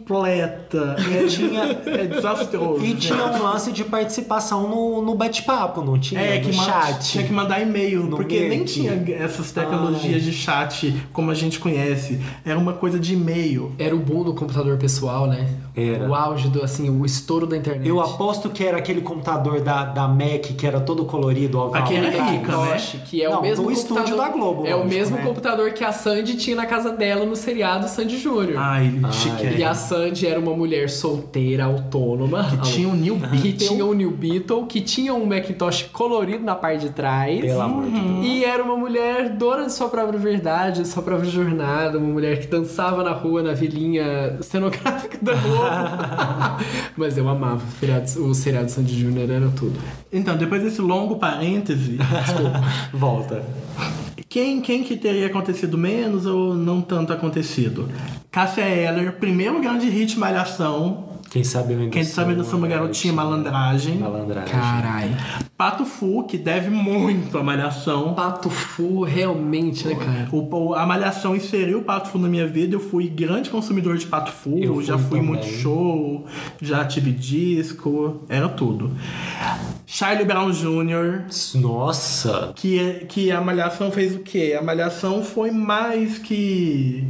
Speaker 2: completa. É, tinha, é desastroso.
Speaker 1: E
Speaker 2: né?
Speaker 1: tinha um lance de participação no, no bate-papo, não tinha?
Speaker 2: É,
Speaker 1: no
Speaker 2: que ma-
Speaker 1: chat.
Speaker 2: tinha que mandar e-mail,
Speaker 1: No
Speaker 2: porque nem
Speaker 1: Mirk.
Speaker 2: tinha essas tecnologias
Speaker 3: Ah.
Speaker 2: de chat como a gente conhece. Era uma coisa de e-mail.
Speaker 3: Era o boom do computador pessoal, né?
Speaker 1: Era.
Speaker 3: O auge do, assim, o estouro da internet.
Speaker 1: Eu aposto que era aquele computador da, da Mac que era todo colorido, oval.
Speaker 2: Aquele
Speaker 1: atrás.
Speaker 2: Rica, né?
Speaker 3: Toshi, É que é
Speaker 1: Não,
Speaker 3: o mesmo
Speaker 1: do estúdio
Speaker 3: computador-
Speaker 1: da Globo,
Speaker 3: É o
Speaker 1: lógico,
Speaker 3: mesmo
Speaker 1: né?
Speaker 3: computador que a Sandy tinha na casa dela no seriado Sandy Júnior.
Speaker 2: Ai,
Speaker 1: Ai.
Speaker 2: chique.
Speaker 3: Ah, E a Sandy era uma mulher solteira, autônoma.
Speaker 2: Que tinha o New
Speaker 3: que
Speaker 2: Beat.
Speaker 3: tinha um New Beetle, que tinha um Macintosh colorido na parte de trás. Uhum.
Speaker 1: Pelo amor de Deus.
Speaker 3: E era uma mulher dona de sua própria verdade, de sua própria jornada, uma mulher que dançava na rua, na vilinha cenográfica da Globo. Mas eu amava o seriado, o seriado Sandy Júnior, era tudo.
Speaker 2: Então, depois desse longo parêntese, né?
Speaker 1: Volta.
Speaker 2: quem, quem que teria acontecido menos ou não tanto acontecido? Cássia Eller, primeiro grande hit Malhação.
Speaker 1: Quem sabe eu ainda
Speaker 2: Quem
Speaker 1: sou
Speaker 2: sabe ainda sou uma garotinha malandragem.
Speaker 1: Malandragem.
Speaker 3: Carai.
Speaker 2: Pato Fu, que deve muito à Malhação.
Speaker 3: Pato Fu, realmente, né, cara?
Speaker 2: O- o- a Malhação inseriu o Pato Fu na minha vida. Eu fui grande consumidor de Pato Fu.
Speaker 1: Eu fui
Speaker 2: já fui
Speaker 1: também.
Speaker 2: muito show, já tive disco, era tudo. Charlie Brown Jr.,
Speaker 1: Nossa!
Speaker 2: que, é- que a Malhação fez o quê? A Malhação foi mais que,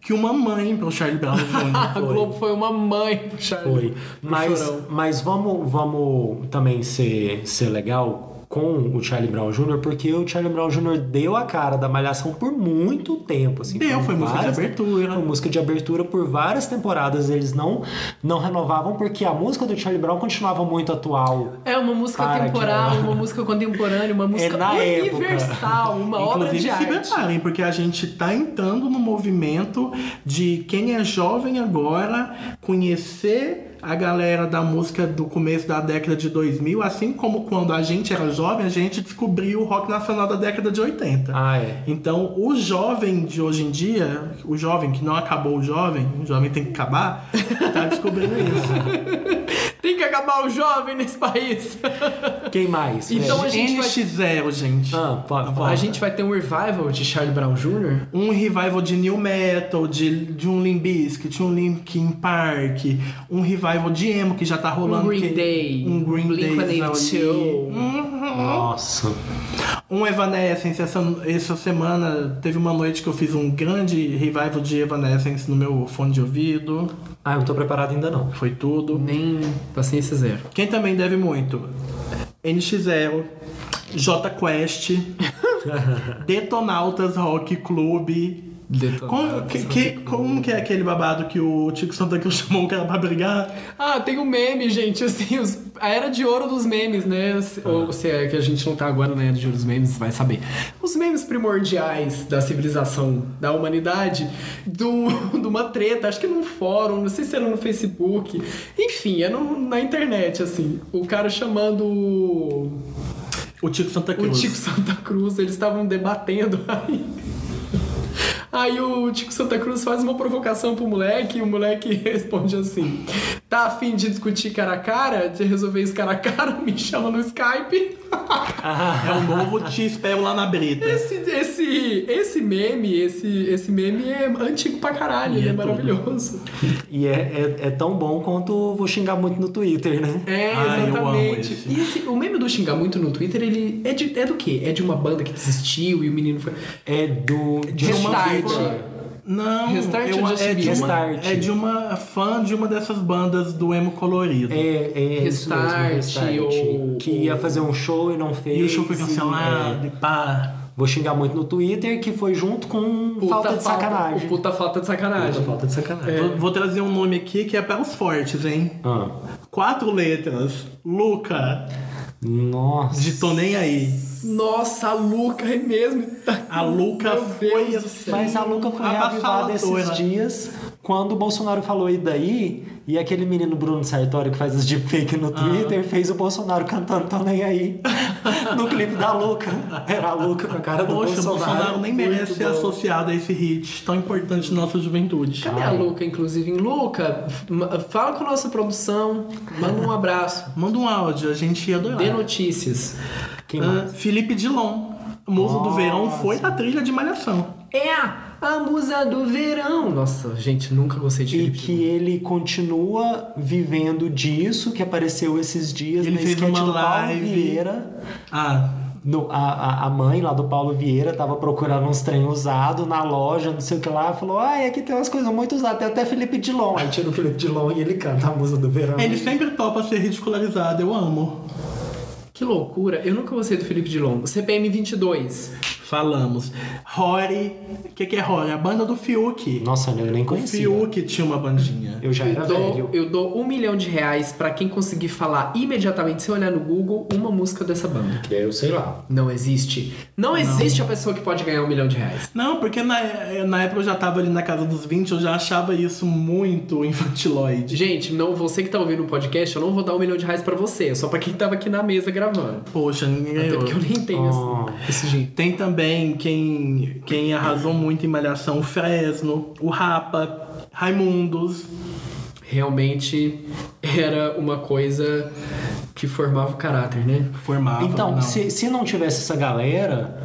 Speaker 2: que uma mãe pro Charlie Brown
Speaker 3: A
Speaker 2: Jr.
Speaker 3: Globo foi uma mãe pro Charlie.
Speaker 1: Foi.
Speaker 3: pro
Speaker 1: Mas,
Speaker 3: um Chorão.
Speaker 1: mas vamos, vamos também ser, ser legal com o Charlie Brown Jr., porque o Charlie Brown Jr. deu a cara da Malhação por muito tempo. Assim,
Speaker 2: Deu,
Speaker 1: por
Speaker 2: foi música de
Speaker 1: várias-
Speaker 2: abertura.
Speaker 1: Foi música de abertura por várias temporadas. Eles não, não renovavam, porque a música do Charlie Brown continuava muito atual.
Speaker 3: É uma música
Speaker 1: Para,
Speaker 3: temporal,
Speaker 1: Tiago.
Speaker 3: uma música contemporânea, uma música
Speaker 1: na época.
Speaker 3: universal, uma obra de
Speaker 2: É Inclusive, se
Speaker 3: arte.
Speaker 2: preparem, porque a gente tá entrando no movimento de quem é jovem agora conhecer a galera da música do começo da década de 2000, assim como quando a gente era jovem, a gente descobriu o rock nacional da década de 80.
Speaker 1: Ah, é.
Speaker 2: Então, o jovem de hoje em dia, o jovem que não acabou o jovem, o jovem tem que acabar, tá descobrindo isso.
Speaker 3: Tem que acabar o jovem nesse país.
Speaker 1: Quem mais?
Speaker 3: Então
Speaker 1: Fred?
Speaker 3: a gente vai-
Speaker 2: NX0, gente.
Speaker 1: Ah, po- po-
Speaker 3: A gente vai ter um revival de Charlie Brown Jr.
Speaker 2: um revival de new metal, de, de um Limp Bizkit, um Linkin Park, um revival de emo que já tá rolando.
Speaker 3: Um Green
Speaker 2: que-
Speaker 3: Day,
Speaker 2: um Green Day,
Speaker 3: Blink-182.
Speaker 1: Nossa.
Speaker 2: um Evanescence. Essa, essa semana teve uma noite que eu fiz um grande revival de Evanescence no meu fone de ouvido.
Speaker 1: Ah, eu não tô preparado ainda não.
Speaker 2: Foi tudo.
Speaker 3: Nem paciência zero.
Speaker 2: Quem também deve muito? NX0, J Quest, Detonautas Rock Club,
Speaker 3: detonar.
Speaker 2: Como que, que- como que é aquele babado que o Tico Santa Cruz chamou que era pra brigar?
Speaker 3: Ah, tem um meme, gente, assim, os- a era de ouro dos memes, né? Se- Ou se é que a gente não tá agora na era de ouro dos memes, vai saber. Os memes primordiais da civilização, da humanidade, do, de uma treta, acho que num fórum, não sei se era no Facebook, enfim, é no- na internet, assim. O cara chamando o,
Speaker 2: O Tico Santa
Speaker 3: o
Speaker 2: Cruz.
Speaker 3: Tico Santa Cruz, eles estavam debatendo aí. Aí o Tico Santa Cruz faz uma provocação pro moleque e o moleque responde assim: Tá afim de discutir cara a cara? De resolver isso cara a cara? Me chama no Skype.
Speaker 2: É o novo Te Espero lá na Brita.
Speaker 3: Esse, esse, esse meme, esse, esse meme é antigo pra caralho, ele é, maravilhoso.
Speaker 1: E é, é, é tão bom quanto vou xingar muito no Twitter, né?
Speaker 3: É,
Speaker 2: Ah, eu amo
Speaker 3: exatamente.
Speaker 2: esse.
Speaker 3: E esse, o meme do xingar muito no Twitter, ele é, de, é do quê? É de uma banda que desistiu e o menino foi.
Speaker 1: É do.
Speaker 3: De
Speaker 1: uma
Speaker 3: Start.
Speaker 1: figura.
Speaker 2: Não,
Speaker 3: Restart
Speaker 2: eu-
Speaker 3: ou Just
Speaker 2: é, de
Speaker 3: Beat?
Speaker 2: uma,
Speaker 1: Restart.
Speaker 2: é de uma fã de uma dessas bandas do emo colorido.
Speaker 1: É, é isso mesmo,
Speaker 3: Restart,
Speaker 1: Restart,
Speaker 3: ou-
Speaker 1: que ia fazer um show e não fez.
Speaker 2: E o show foi cancelado
Speaker 1: É.
Speaker 2: e pá.
Speaker 1: Vou xingar muito no Twitter, que foi junto com
Speaker 3: Puta
Speaker 1: falta de sacanagem.
Speaker 3: O puta falta de sacanagem.
Speaker 1: Puta falta de sacanagem.
Speaker 2: Vou, vou trazer um nome aqui que é para os fortes, hein?
Speaker 1: Ah,
Speaker 2: Quatro letras. Luca,
Speaker 1: nossa.
Speaker 2: de Tô Nem Aí.
Speaker 3: Nossa, a Luca é mesmo.
Speaker 2: A Luca
Speaker 3: Meu
Speaker 2: foi
Speaker 3: Deus do
Speaker 2: assim,
Speaker 1: Mas a Luca foi reavivada
Speaker 2: avassaladora.
Speaker 1: esses dias quando o Bolsonaro falou e daí, e aquele menino Bruno Sartori que faz as deepfake
Speaker 2: Ah.
Speaker 1: no Twitter fez o Bolsonaro cantando Tô Nem Aí no clipe da Luca. Era a Luca com a cara do
Speaker 2: Poxa, o
Speaker 1: Bolsonaro.
Speaker 2: Bolsonaro nem
Speaker 3: muito
Speaker 2: merece ser
Speaker 3: bom.
Speaker 2: associado a esse hit tão importante na nossa juventude.
Speaker 3: Cadê a Luca, inclusive? Em Luca, ma- fala com a nossa produção, manda um abraço.
Speaker 2: Manda um áudio, a gente ia adorar.
Speaker 3: Dê notícias.
Speaker 1: Quem
Speaker 2: Ah,
Speaker 1: mais?
Speaker 2: Felipe Dilon, Moço do
Speaker 1: Nossa.
Speaker 2: Verão, foi da trilha de Malhação.
Speaker 3: É a musa do verão. Nossa, gente, nunca gostei de
Speaker 1: E
Speaker 3: Felipe
Speaker 1: que
Speaker 3: Dilon.
Speaker 1: ele continua vivendo disso que apareceu esses dias
Speaker 2: Ele
Speaker 1: na
Speaker 2: fez
Speaker 1: sketch
Speaker 2: uma
Speaker 1: do Paulo
Speaker 2: live.
Speaker 1: Vieira.
Speaker 2: Ah,
Speaker 1: No- a, a- a mãe lá do Paulo Vieira tava procurando uns trem usado na loja, não sei o que lá, falou: ai aqui tem umas coisas muito usadas, tem até Felipe Dilon. Aí tira o Felipe Dilon e ele canta a música do verão.
Speaker 2: ele sempre topa ser ridicularizado, eu amo.
Speaker 3: Que loucura. Eu nunca gostei do Felipe Dilon. O CPM 22.
Speaker 2: Falamos. Rory, o que, que é Rory? A banda do Fiuk.
Speaker 1: Nossa, eu nem
Speaker 2: o
Speaker 1: conhecia.
Speaker 2: Fiuk tinha uma bandinha.
Speaker 1: Eu já era
Speaker 3: Eu dou,
Speaker 1: velho.
Speaker 3: eu dou um milhão de reais pra quem conseguir falar imediatamente, sem olhar no Google, uma música dessa banda.
Speaker 1: Eu sei lá.
Speaker 3: Não existe. Não existe a pessoa que pode ganhar um milhão de reais.
Speaker 2: Não, porque na, é, na época eu já tava ali na casa dos 20, eu já achava isso muito infantiloide.
Speaker 3: Gente, não, você que tá ouvindo o podcast, eu não vou dar um milhão de reais pra você, é só pra quem tava aqui na mesa gravando.
Speaker 2: Poxa, ninguém
Speaker 3: Até
Speaker 2: ganhou.
Speaker 3: porque eu nem tenho
Speaker 1: Oh.
Speaker 3: assim, esse jeito.
Speaker 2: Tem também quem, quem arrasou muito em Malhação, o Fresno, o Rapa, Raimundos.
Speaker 3: Realmente era uma coisa que formava o caráter, né?
Speaker 2: Formava.
Speaker 1: Então,
Speaker 2: Ah, tá. não.
Speaker 1: se, se não tivesse essa galera,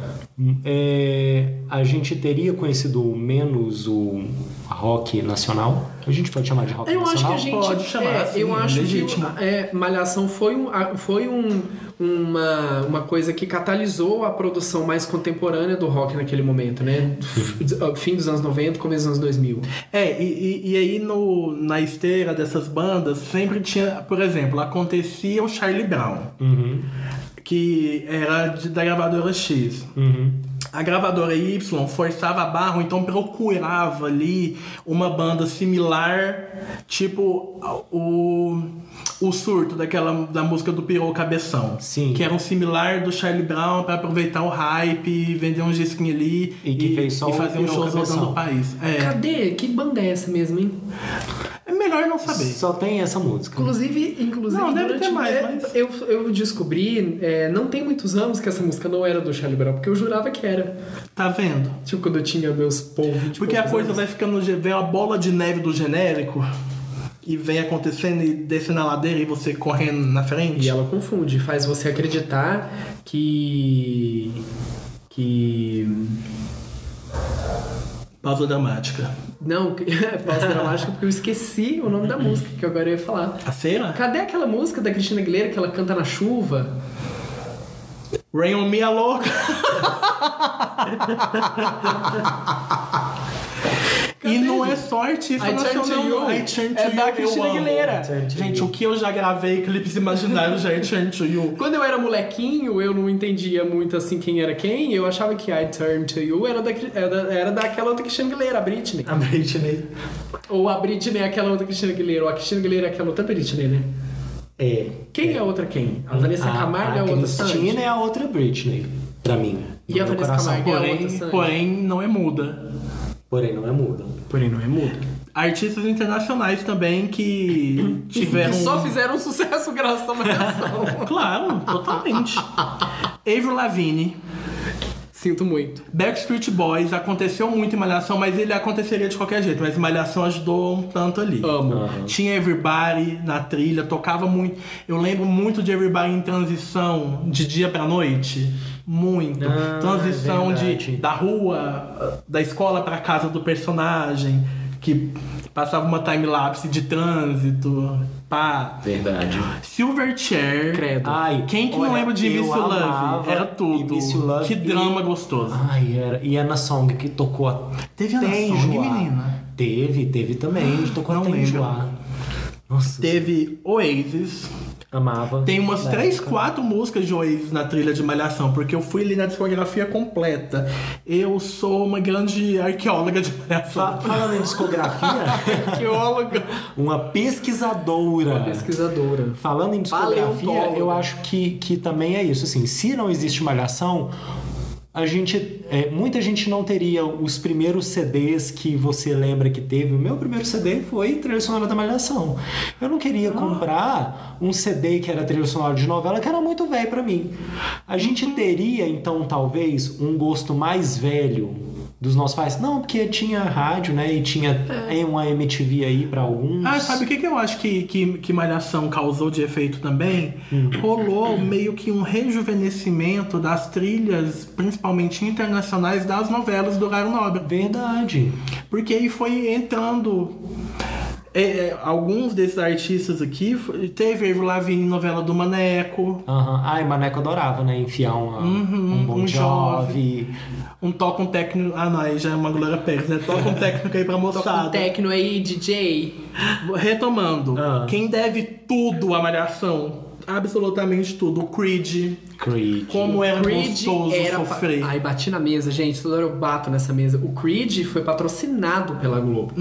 Speaker 1: é, a gente teria conhecido menos o rock nacional. A gente pode chamar de rock
Speaker 3: Eu acho que
Speaker 1: nacional?
Speaker 3: a gente.
Speaker 2: pode chamar
Speaker 3: é,
Speaker 2: assim,
Speaker 3: eu acho
Speaker 2: legítimo.
Speaker 3: que é, Malhação foi, um, a- foi um, uma, uma coisa que catalisou a produção mais contemporânea do rock naquele momento, né? F- Fim dos anos 90, começo dos anos 2000.
Speaker 2: É, e, e- e aí no, na esteira dessas bandas sempre tinha, por exemplo, acontecia o Charlie Brown,
Speaker 1: Uhum,
Speaker 2: que era de- da gravadora X.
Speaker 1: uhum.
Speaker 2: A gravadora Y forçava a barra, ou então procurava ali uma banda similar, tipo ao- o, o surto daquela da música do Pirou Cabeção.
Speaker 1: Sim.
Speaker 2: Que era um similar do Charlie Brown pra aproveitar o hype, vender um disquinho ali
Speaker 1: E que fez só
Speaker 2: e
Speaker 1: o
Speaker 2: fazer um
Speaker 1: Pirou
Speaker 2: show
Speaker 1: Cabeção.
Speaker 2: rodando o país. É,
Speaker 3: Cadê? Que banda é essa mesmo, hein?
Speaker 2: é melhor não saber.
Speaker 1: Só tem essa música.
Speaker 3: Inclusive, inclusive
Speaker 2: Não, deve
Speaker 3: durante-
Speaker 2: ter mais,
Speaker 3: é,
Speaker 2: mas-
Speaker 3: eu, eu descobri, é, não tem muitos anos que essa música não era do Charlie Brown, porque eu jurava que era.
Speaker 2: Tá vendo?
Speaker 3: Tipo, quando eu tinha meus povos.
Speaker 1: Tipo,
Speaker 2: Porque a coisa vai ficando, no ge- vem uma bola de neve do genérico e vem acontecendo e descendo a ladeira e você correndo na frente.
Speaker 3: E ela confunde, faz você acreditar que. que.
Speaker 2: Pausa dramática.
Speaker 3: Não, que- é pós-dramático, porque eu esqueci o nome da música que agora eu ia falar.
Speaker 2: A cera?
Speaker 3: Cadê aquela música da Cristina Aguilera que ela canta na chuva?
Speaker 2: Rain on me, a louca. E não é só artista
Speaker 3: I Turn to
Speaker 2: nacional,
Speaker 3: You.
Speaker 2: não. I Turn to
Speaker 3: É
Speaker 2: You,
Speaker 3: da
Speaker 2: eu
Speaker 3: Cristina
Speaker 2: amo.
Speaker 3: Aguilera.
Speaker 1: Turn to
Speaker 2: Gente,
Speaker 1: You.
Speaker 2: o que eu já gravei clipes imaginários de I Turn to You.
Speaker 3: Quando eu era molequinho, eu não entendia muito assim quem era quem. Eu achava que I Turn to You era, da, era, era daquela outra Cristina Aguilera, a Britney.
Speaker 2: A Britney.
Speaker 3: Ou a Britney é aquela outra Cristina Aguilera, ou a Cristina Aguilera é aquela outra Britney, né?
Speaker 1: É.
Speaker 3: Quem é, a outra quem? A Vanessa Camargo é
Speaker 1: Ah, a
Speaker 3: a outra Sandy?
Speaker 1: Cristina é a outra Britney, pra mim.
Speaker 3: E
Speaker 1: No
Speaker 3: a
Speaker 1: meu
Speaker 3: Vanessa
Speaker 1: coração.
Speaker 3: Camargo?
Speaker 2: Porém,
Speaker 3: outra Sandy.
Speaker 2: porém, não é muda.
Speaker 1: Porém, não é muda.
Speaker 3: Porém, não é muda.
Speaker 2: Artistas internacionais também que tiveram... um-
Speaker 3: Que só fizeram um sucesso graças à malhação.
Speaker 2: Claro, totalmente. Avril Lavigne,
Speaker 3: Sinto muito.
Speaker 2: Backstreet Boys, aconteceu muito em Malhação, mas ele aconteceria de qualquer jeito. Mas Malhação ajudou um tanto ali.
Speaker 3: Amo.
Speaker 2: Tinha Everybody na trilha, tocava muito. Eu lembro muito de Everybody em transição de dia pra noite. Muito.
Speaker 1: Ah,
Speaker 2: transição de,
Speaker 1: verdade.
Speaker 2: da rua, da escola pra casa do personagem, que passava uma timelapse de trânsito. Pá.
Speaker 1: Verdade.
Speaker 2: Silverchair.
Speaker 3: Credo.
Speaker 1: Ai,
Speaker 2: Quem que não
Speaker 1: olha,
Speaker 2: lembra de
Speaker 1: eu
Speaker 2: Miss You Love?
Speaker 1: amava
Speaker 2: Era tudo.
Speaker 1: Miss You Love
Speaker 2: que
Speaker 1: e-
Speaker 2: drama gostoso.
Speaker 1: Ai, era. E a Ana Song que tocou a...
Speaker 2: Teve Ana
Speaker 1: até
Speaker 2: Song,
Speaker 1: enjoar.
Speaker 2: menina? Ah,
Speaker 1: Teve, teve também. Tocou
Speaker 2: Não
Speaker 1: até
Speaker 2: lembro.
Speaker 1: enjoar. Nossa,
Speaker 2: Teve Oasis.
Speaker 1: amava.
Speaker 2: Tem umas
Speaker 1: Na
Speaker 2: três,
Speaker 1: época.
Speaker 2: quatro músicas de Oasis na trilha de Malhação, porque eu fui ali na discografia completa. Eu sou uma grande arqueóloga de
Speaker 1: Fa-
Speaker 2: Malhação.
Speaker 1: Falando em discografia,
Speaker 3: Arqueóloga.
Speaker 1: uma pesquisadora.
Speaker 3: Pesquisadora.
Speaker 1: Falando em
Speaker 2: um
Speaker 1: discografia,
Speaker 3: Paleontóloga.
Speaker 1: eu acho que, que também é isso. Assim, se não existe malhação, a gente, é, muita gente não teria os primeiros CDs que você lembra que teve. O meu primeiro CD foi trilha sonora da malhação. Eu não
Speaker 2: Ah.
Speaker 1: queria comprar um CD que era trilha sonora de novela que era muito velho pra mim. A gente
Speaker 2: Uhum.
Speaker 1: teria então talvez um gosto mais velho. Dos nossos pais. Não, porque tinha rádio, né? E tinha é. uma MTV aí pra alguns.
Speaker 2: Ah, sabe o que, que eu acho que, que, que Malhação causou de efeito também?
Speaker 1: Hum.
Speaker 2: Rolou meio que um rejuvenescimento das trilhas, principalmente internacionais, das novelas do Horário Nobre.
Speaker 1: Verdade.
Speaker 2: Porque aí foi entrando. é, é, alguns desses artistas aqui foi- teve Avril Lavigne novela do Maneco,
Speaker 1: Aham. Ah, e Maneco adorava, né? Enfiar uma, um Bon
Speaker 2: um
Speaker 1: Jovi.
Speaker 2: um toca um técnico. Ah, não, aí já é uma Glória Pérez, né? Toca um técnico aí pra
Speaker 3: Toca um
Speaker 2: moçada.
Speaker 3: tecno aí, DJ.
Speaker 2: Retomando,
Speaker 1: Ah.
Speaker 2: quem deve tudo à Malhação? Absolutamente tudo. O Creed,
Speaker 1: Creed.
Speaker 2: como era
Speaker 3: Creed
Speaker 2: gostoso
Speaker 3: era pa-
Speaker 2: sofrer.
Speaker 3: Ai, bati na mesa, gente. Toda hora eu bato nessa mesa. O Creed foi patrocinado pela Globo.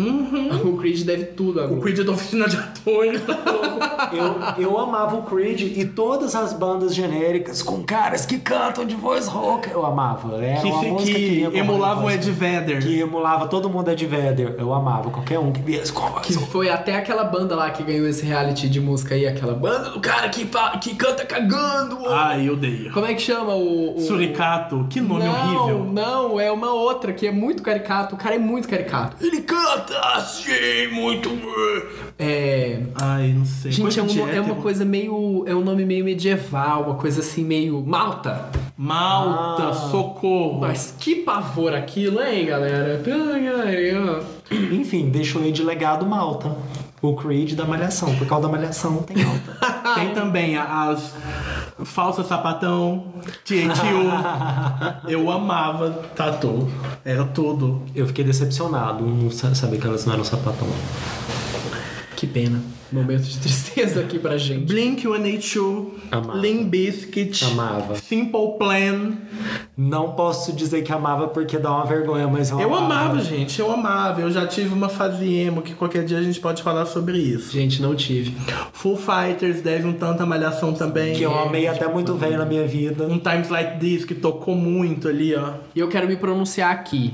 Speaker 3: O Creed deve tudo à
Speaker 2: Uhum. O
Speaker 3: Globo.
Speaker 2: Creed é da oficina de
Speaker 3: É
Speaker 2: atores.
Speaker 1: Eu, eu amava o Creed e todas as bandas genéricas com caras que cantam de voz rouca. Eu amava. Era uma
Speaker 2: que,
Speaker 1: música que,
Speaker 2: que,
Speaker 1: ia com
Speaker 2: emulava o
Speaker 1: voz-
Speaker 2: Ed Vedder.
Speaker 1: Que emulava todo mundo Ed Vedder. Eu amava qualquer um que viesse com voz
Speaker 3: Que
Speaker 1: rouca.
Speaker 3: foi até aquela banda lá que ganhou esse reality de música aí, aquela banda do cara que, fa- que canta cagando. ô.
Speaker 2: Ai, odeio.
Speaker 3: Como é que chama o. o...
Speaker 2: Suricato, que nome
Speaker 3: não,
Speaker 2: horrível.
Speaker 3: não, é uma outra que é muito caricato. O cara é muito caricato.
Speaker 4: Ele canta assim, muito bem.
Speaker 3: É.
Speaker 2: Ai, não sei.
Speaker 3: Gente,
Speaker 2: Coisa
Speaker 3: é, um-
Speaker 2: de
Speaker 3: é uma
Speaker 2: hétero.
Speaker 3: coisa meio. É um nome meio medieval, uma coisa assim meio. Malta!
Speaker 2: Malta,
Speaker 1: Ah.
Speaker 2: socorro.
Speaker 3: Mas que pavor aquilo, hein, galera?
Speaker 1: Enfim, deixou ele de legado malta. O Creed da Malhação. Por causa da Malhação tem alta.
Speaker 2: Tem também a- as falsas sapatão, THU. Eu amava tatu. Era tudo.
Speaker 1: eu fiquei decepcionado não sa- saber que elas não eram sapatão.
Speaker 3: Que pena. Momento de tristeza aqui pra gente.
Speaker 2: Blink 182,
Speaker 1: Amava.
Speaker 2: Limp Biscuit,
Speaker 1: Amava.
Speaker 2: Simple Plan.
Speaker 1: Não posso dizer que amava porque dá uma vergonha, mas eu,
Speaker 2: Eu amava, gente, eu amava. Eu já tive uma fase emo que qualquer dia a gente pode falar sobre isso.
Speaker 3: Gente, não tive.
Speaker 2: Full Fighters deve um tanto a malhação também.
Speaker 1: Que eu amei até muito velho na minha vida.
Speaker 2: Um Times Like This que tocou muito ali, ó.
Speaker 3: E eu quero me pronunciar aqui.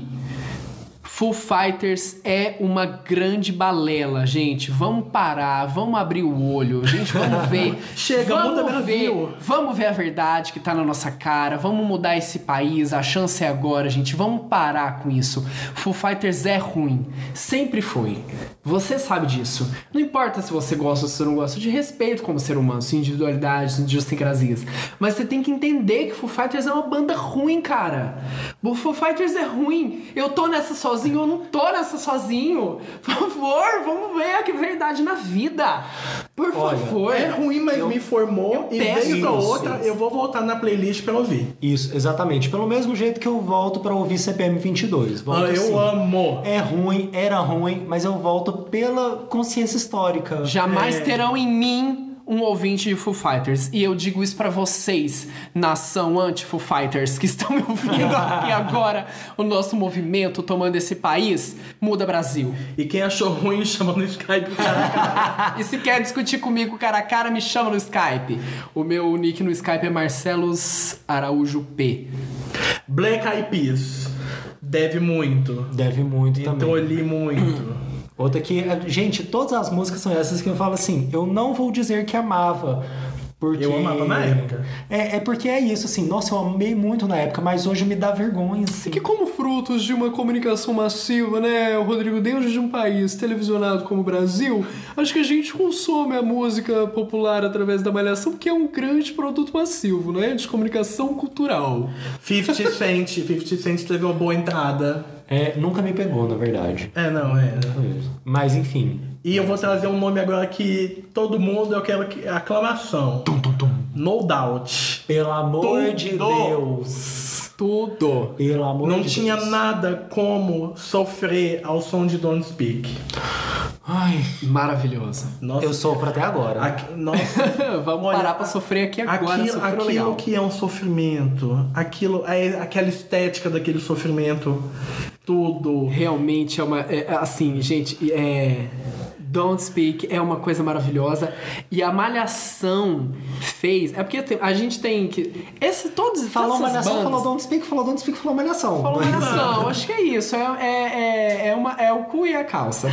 Speaker 3: Full Fighters é uma grande balela, gente. Vamos parar, vamos abrir o olho, gente, vamos ver.
Speaker 2: Chega,
Speaker 3: vamos
Speaker 2: muda Brasil.
Speaker 3: ver, vamos ver a verdade que tá na nossa cara. Vamos mudar esse país, a chance é agora, gente. Vamos parar com isso. Full Fighters é ruim, sempre foi. Você sabe disso. Não importa se você gosta ou se você não gosta, de respeito como ser humano, sua individualidade, suas idiosincrasias. Mas você tem que entender que Full Fighters é uma banda ruim, cara. O Full Fighters é ruim. Eu tô nessa sozinho sozinho, eu não tô nessa sozinho. Por favor, vamos ver que verdade na vida. Por
Speaker 1: Olha,
Speaker 3: favor.
Speaker 2: É ruim, mas me formou. E
Speaker 3: peço
Speaker 2: vez ou
Speaker 1: isso.
Speaker 2: outra, eu vou voltar na playlist pra ouvir.
Speaker 1: Isso, exatamente. Pelo mesmo jeito que eu volto pra ouvir CPM 22. Volto
Speaker 2: Ah, eu
Speaker 1: assim.
Speaker 2: amo.
Speaker 1: É ruim, era ruim, mas eu volto pela consciência histórica.
Speaker 3: Jamais terão em mim um ouvinte de Foo Fighters. E eu digo isso pra vocês, nação anti-Foo Fighters, que estão me ouvindo aqui agora. O nosso movimento tomando esse país muda Brasil.
Speaker 2: E quem achou ruim, chama no Skype.
Speaker 3: E se quer discutir comigo cara a cara, me chama no Skype. O meu nick no Skype é Marcelos Araújo P.
Speaker 2: Black Eyed Peas. Deve muito.
Speaker 1: É, Deve muito também.
Speaker 2: Encolhi muito.
Speaker 1: Outra que. é, Gente, todas as músicas são essas que eu falo assim, eu não vou dizer que amava. Porque...
Speaker 2: Eu amava na época.
Speaker 1: É, é porque é isso, assim, nossa, eu amei muito na época, mas hoje me dá vergonha, assim.
Speaker 3: Que como frutos de uma comunicação massiva, né, o Rodrigo, dentro de um país televisionado como o Brasil, acho que a gente consome a música popular através da malhação, que é um grande produto massivo, né, de comunicação cultural.
Speaker 2: 50 Cent. 50 Cent teve uma boa entrada.
Speaker 1: É, nunca me pegou, na verdade.
Speaker 2: É, não, é.
Speaker 1: Mas enfim.
Speaker 2: E eu vou trazer um nome agora que todo mundo, eu quero que- aclamação. No Doubt.
Speaker 1: Pelo amor
Speaker 2: Tudo.
Speaker 1: de Deus.
Speaker 3: Tudo.
Speaker 1: Pelo amor
Speaker 2: Não
Speaker 1: de
Speaker 2: tinha
Speaker 1: Deus.
Speaker 2: nada como sofrer ao som de Don't Speak.
Speaker 1: Ai,
Speaker 3: Maravilhoso.
Speaker 2: Nossa,
Speaker 1: eu sofro até agora.
Speaker 2: aqui- nossa
Speaker 3: Vamos
Speaker 2: Olha,
Speaker 3: parar pra sofrer aqui agora,
Speaker 2: aquilo,
Speaker 3: sofreu
Speaker 2: aquilo
Speaker 3: legal.
Speaker 2: que é um sofrimento, aquilo, é, aquela estética daquele sofrimento, tudo.
Speaker 3: Realmente é uma. é, assim, gente, é. Don't Speak é uma coisa maravilhosa. E a Malhação fez. É porque tem- a gente tem que. Esse, todos
Speaker 1: Falou
Speaker 3: todas essas
Speaker 1: malhação,
Speaker 3: bandas-
Speaker 1: falou don't speak, falou don't speak, falou malhação.
Speaker 3: Falou
Speaker 1: Mas-
Speaker 3: malhação, acho que é isso. É, é, é, é uma, é o cu e a calça.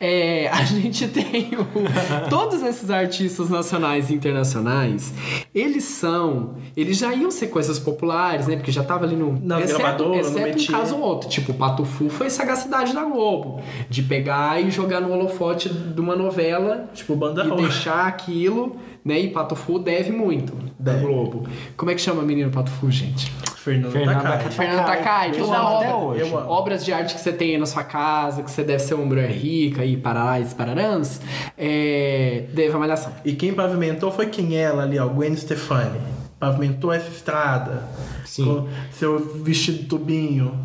Speaker 3: É, a gente tem o- todos esses artistas nacionais e internacionais, eles são. Eles já iam ser coisas populares, né? Porque já tava ali no.
Speaker 2: Na gravadora, no
Speaker 3: exceto um
Speaker 2: métier.
Speaker 3: caso ou outro. Tipo, o Pato Fu foi sagacidade da Globo. De pegar e jogar no holofote de uma novela
Speaker 2: Tipo, banda
Speaker 3: e
Speaker 2: rock.
Speaker 3: deixar aquilo, né? E Pato Fu deve muito da
Speaker 2: Deve.
Speaker 3: Globo. Como é que chama menino Pato Fu, gente?
Speaker 2: Fernando
Speaker 1: Fernanda
Speaker 2: Takai.
Speaker 1: Takai.
Speaker 3: Fernando Takai,
Speaker 1: Eu
Speaker 3: toda
Speaker 1: amo
Speaker 3: obra.
Speaker 1: até hoje.
Speaker 2: Eu amo.
Speaker 3: Obras de arte que você tem aí na sua casa, que você deve ser uma mulher rica e pararás, pararãs, é, deve a malhação.
Speaker 2: E quem pavimentou foi quem ela ali, ó, Gwen Stefani. Pavimentou essa estrada.
Speaker 1: Sim.
Speaker 2: Com seu vestido tubinho.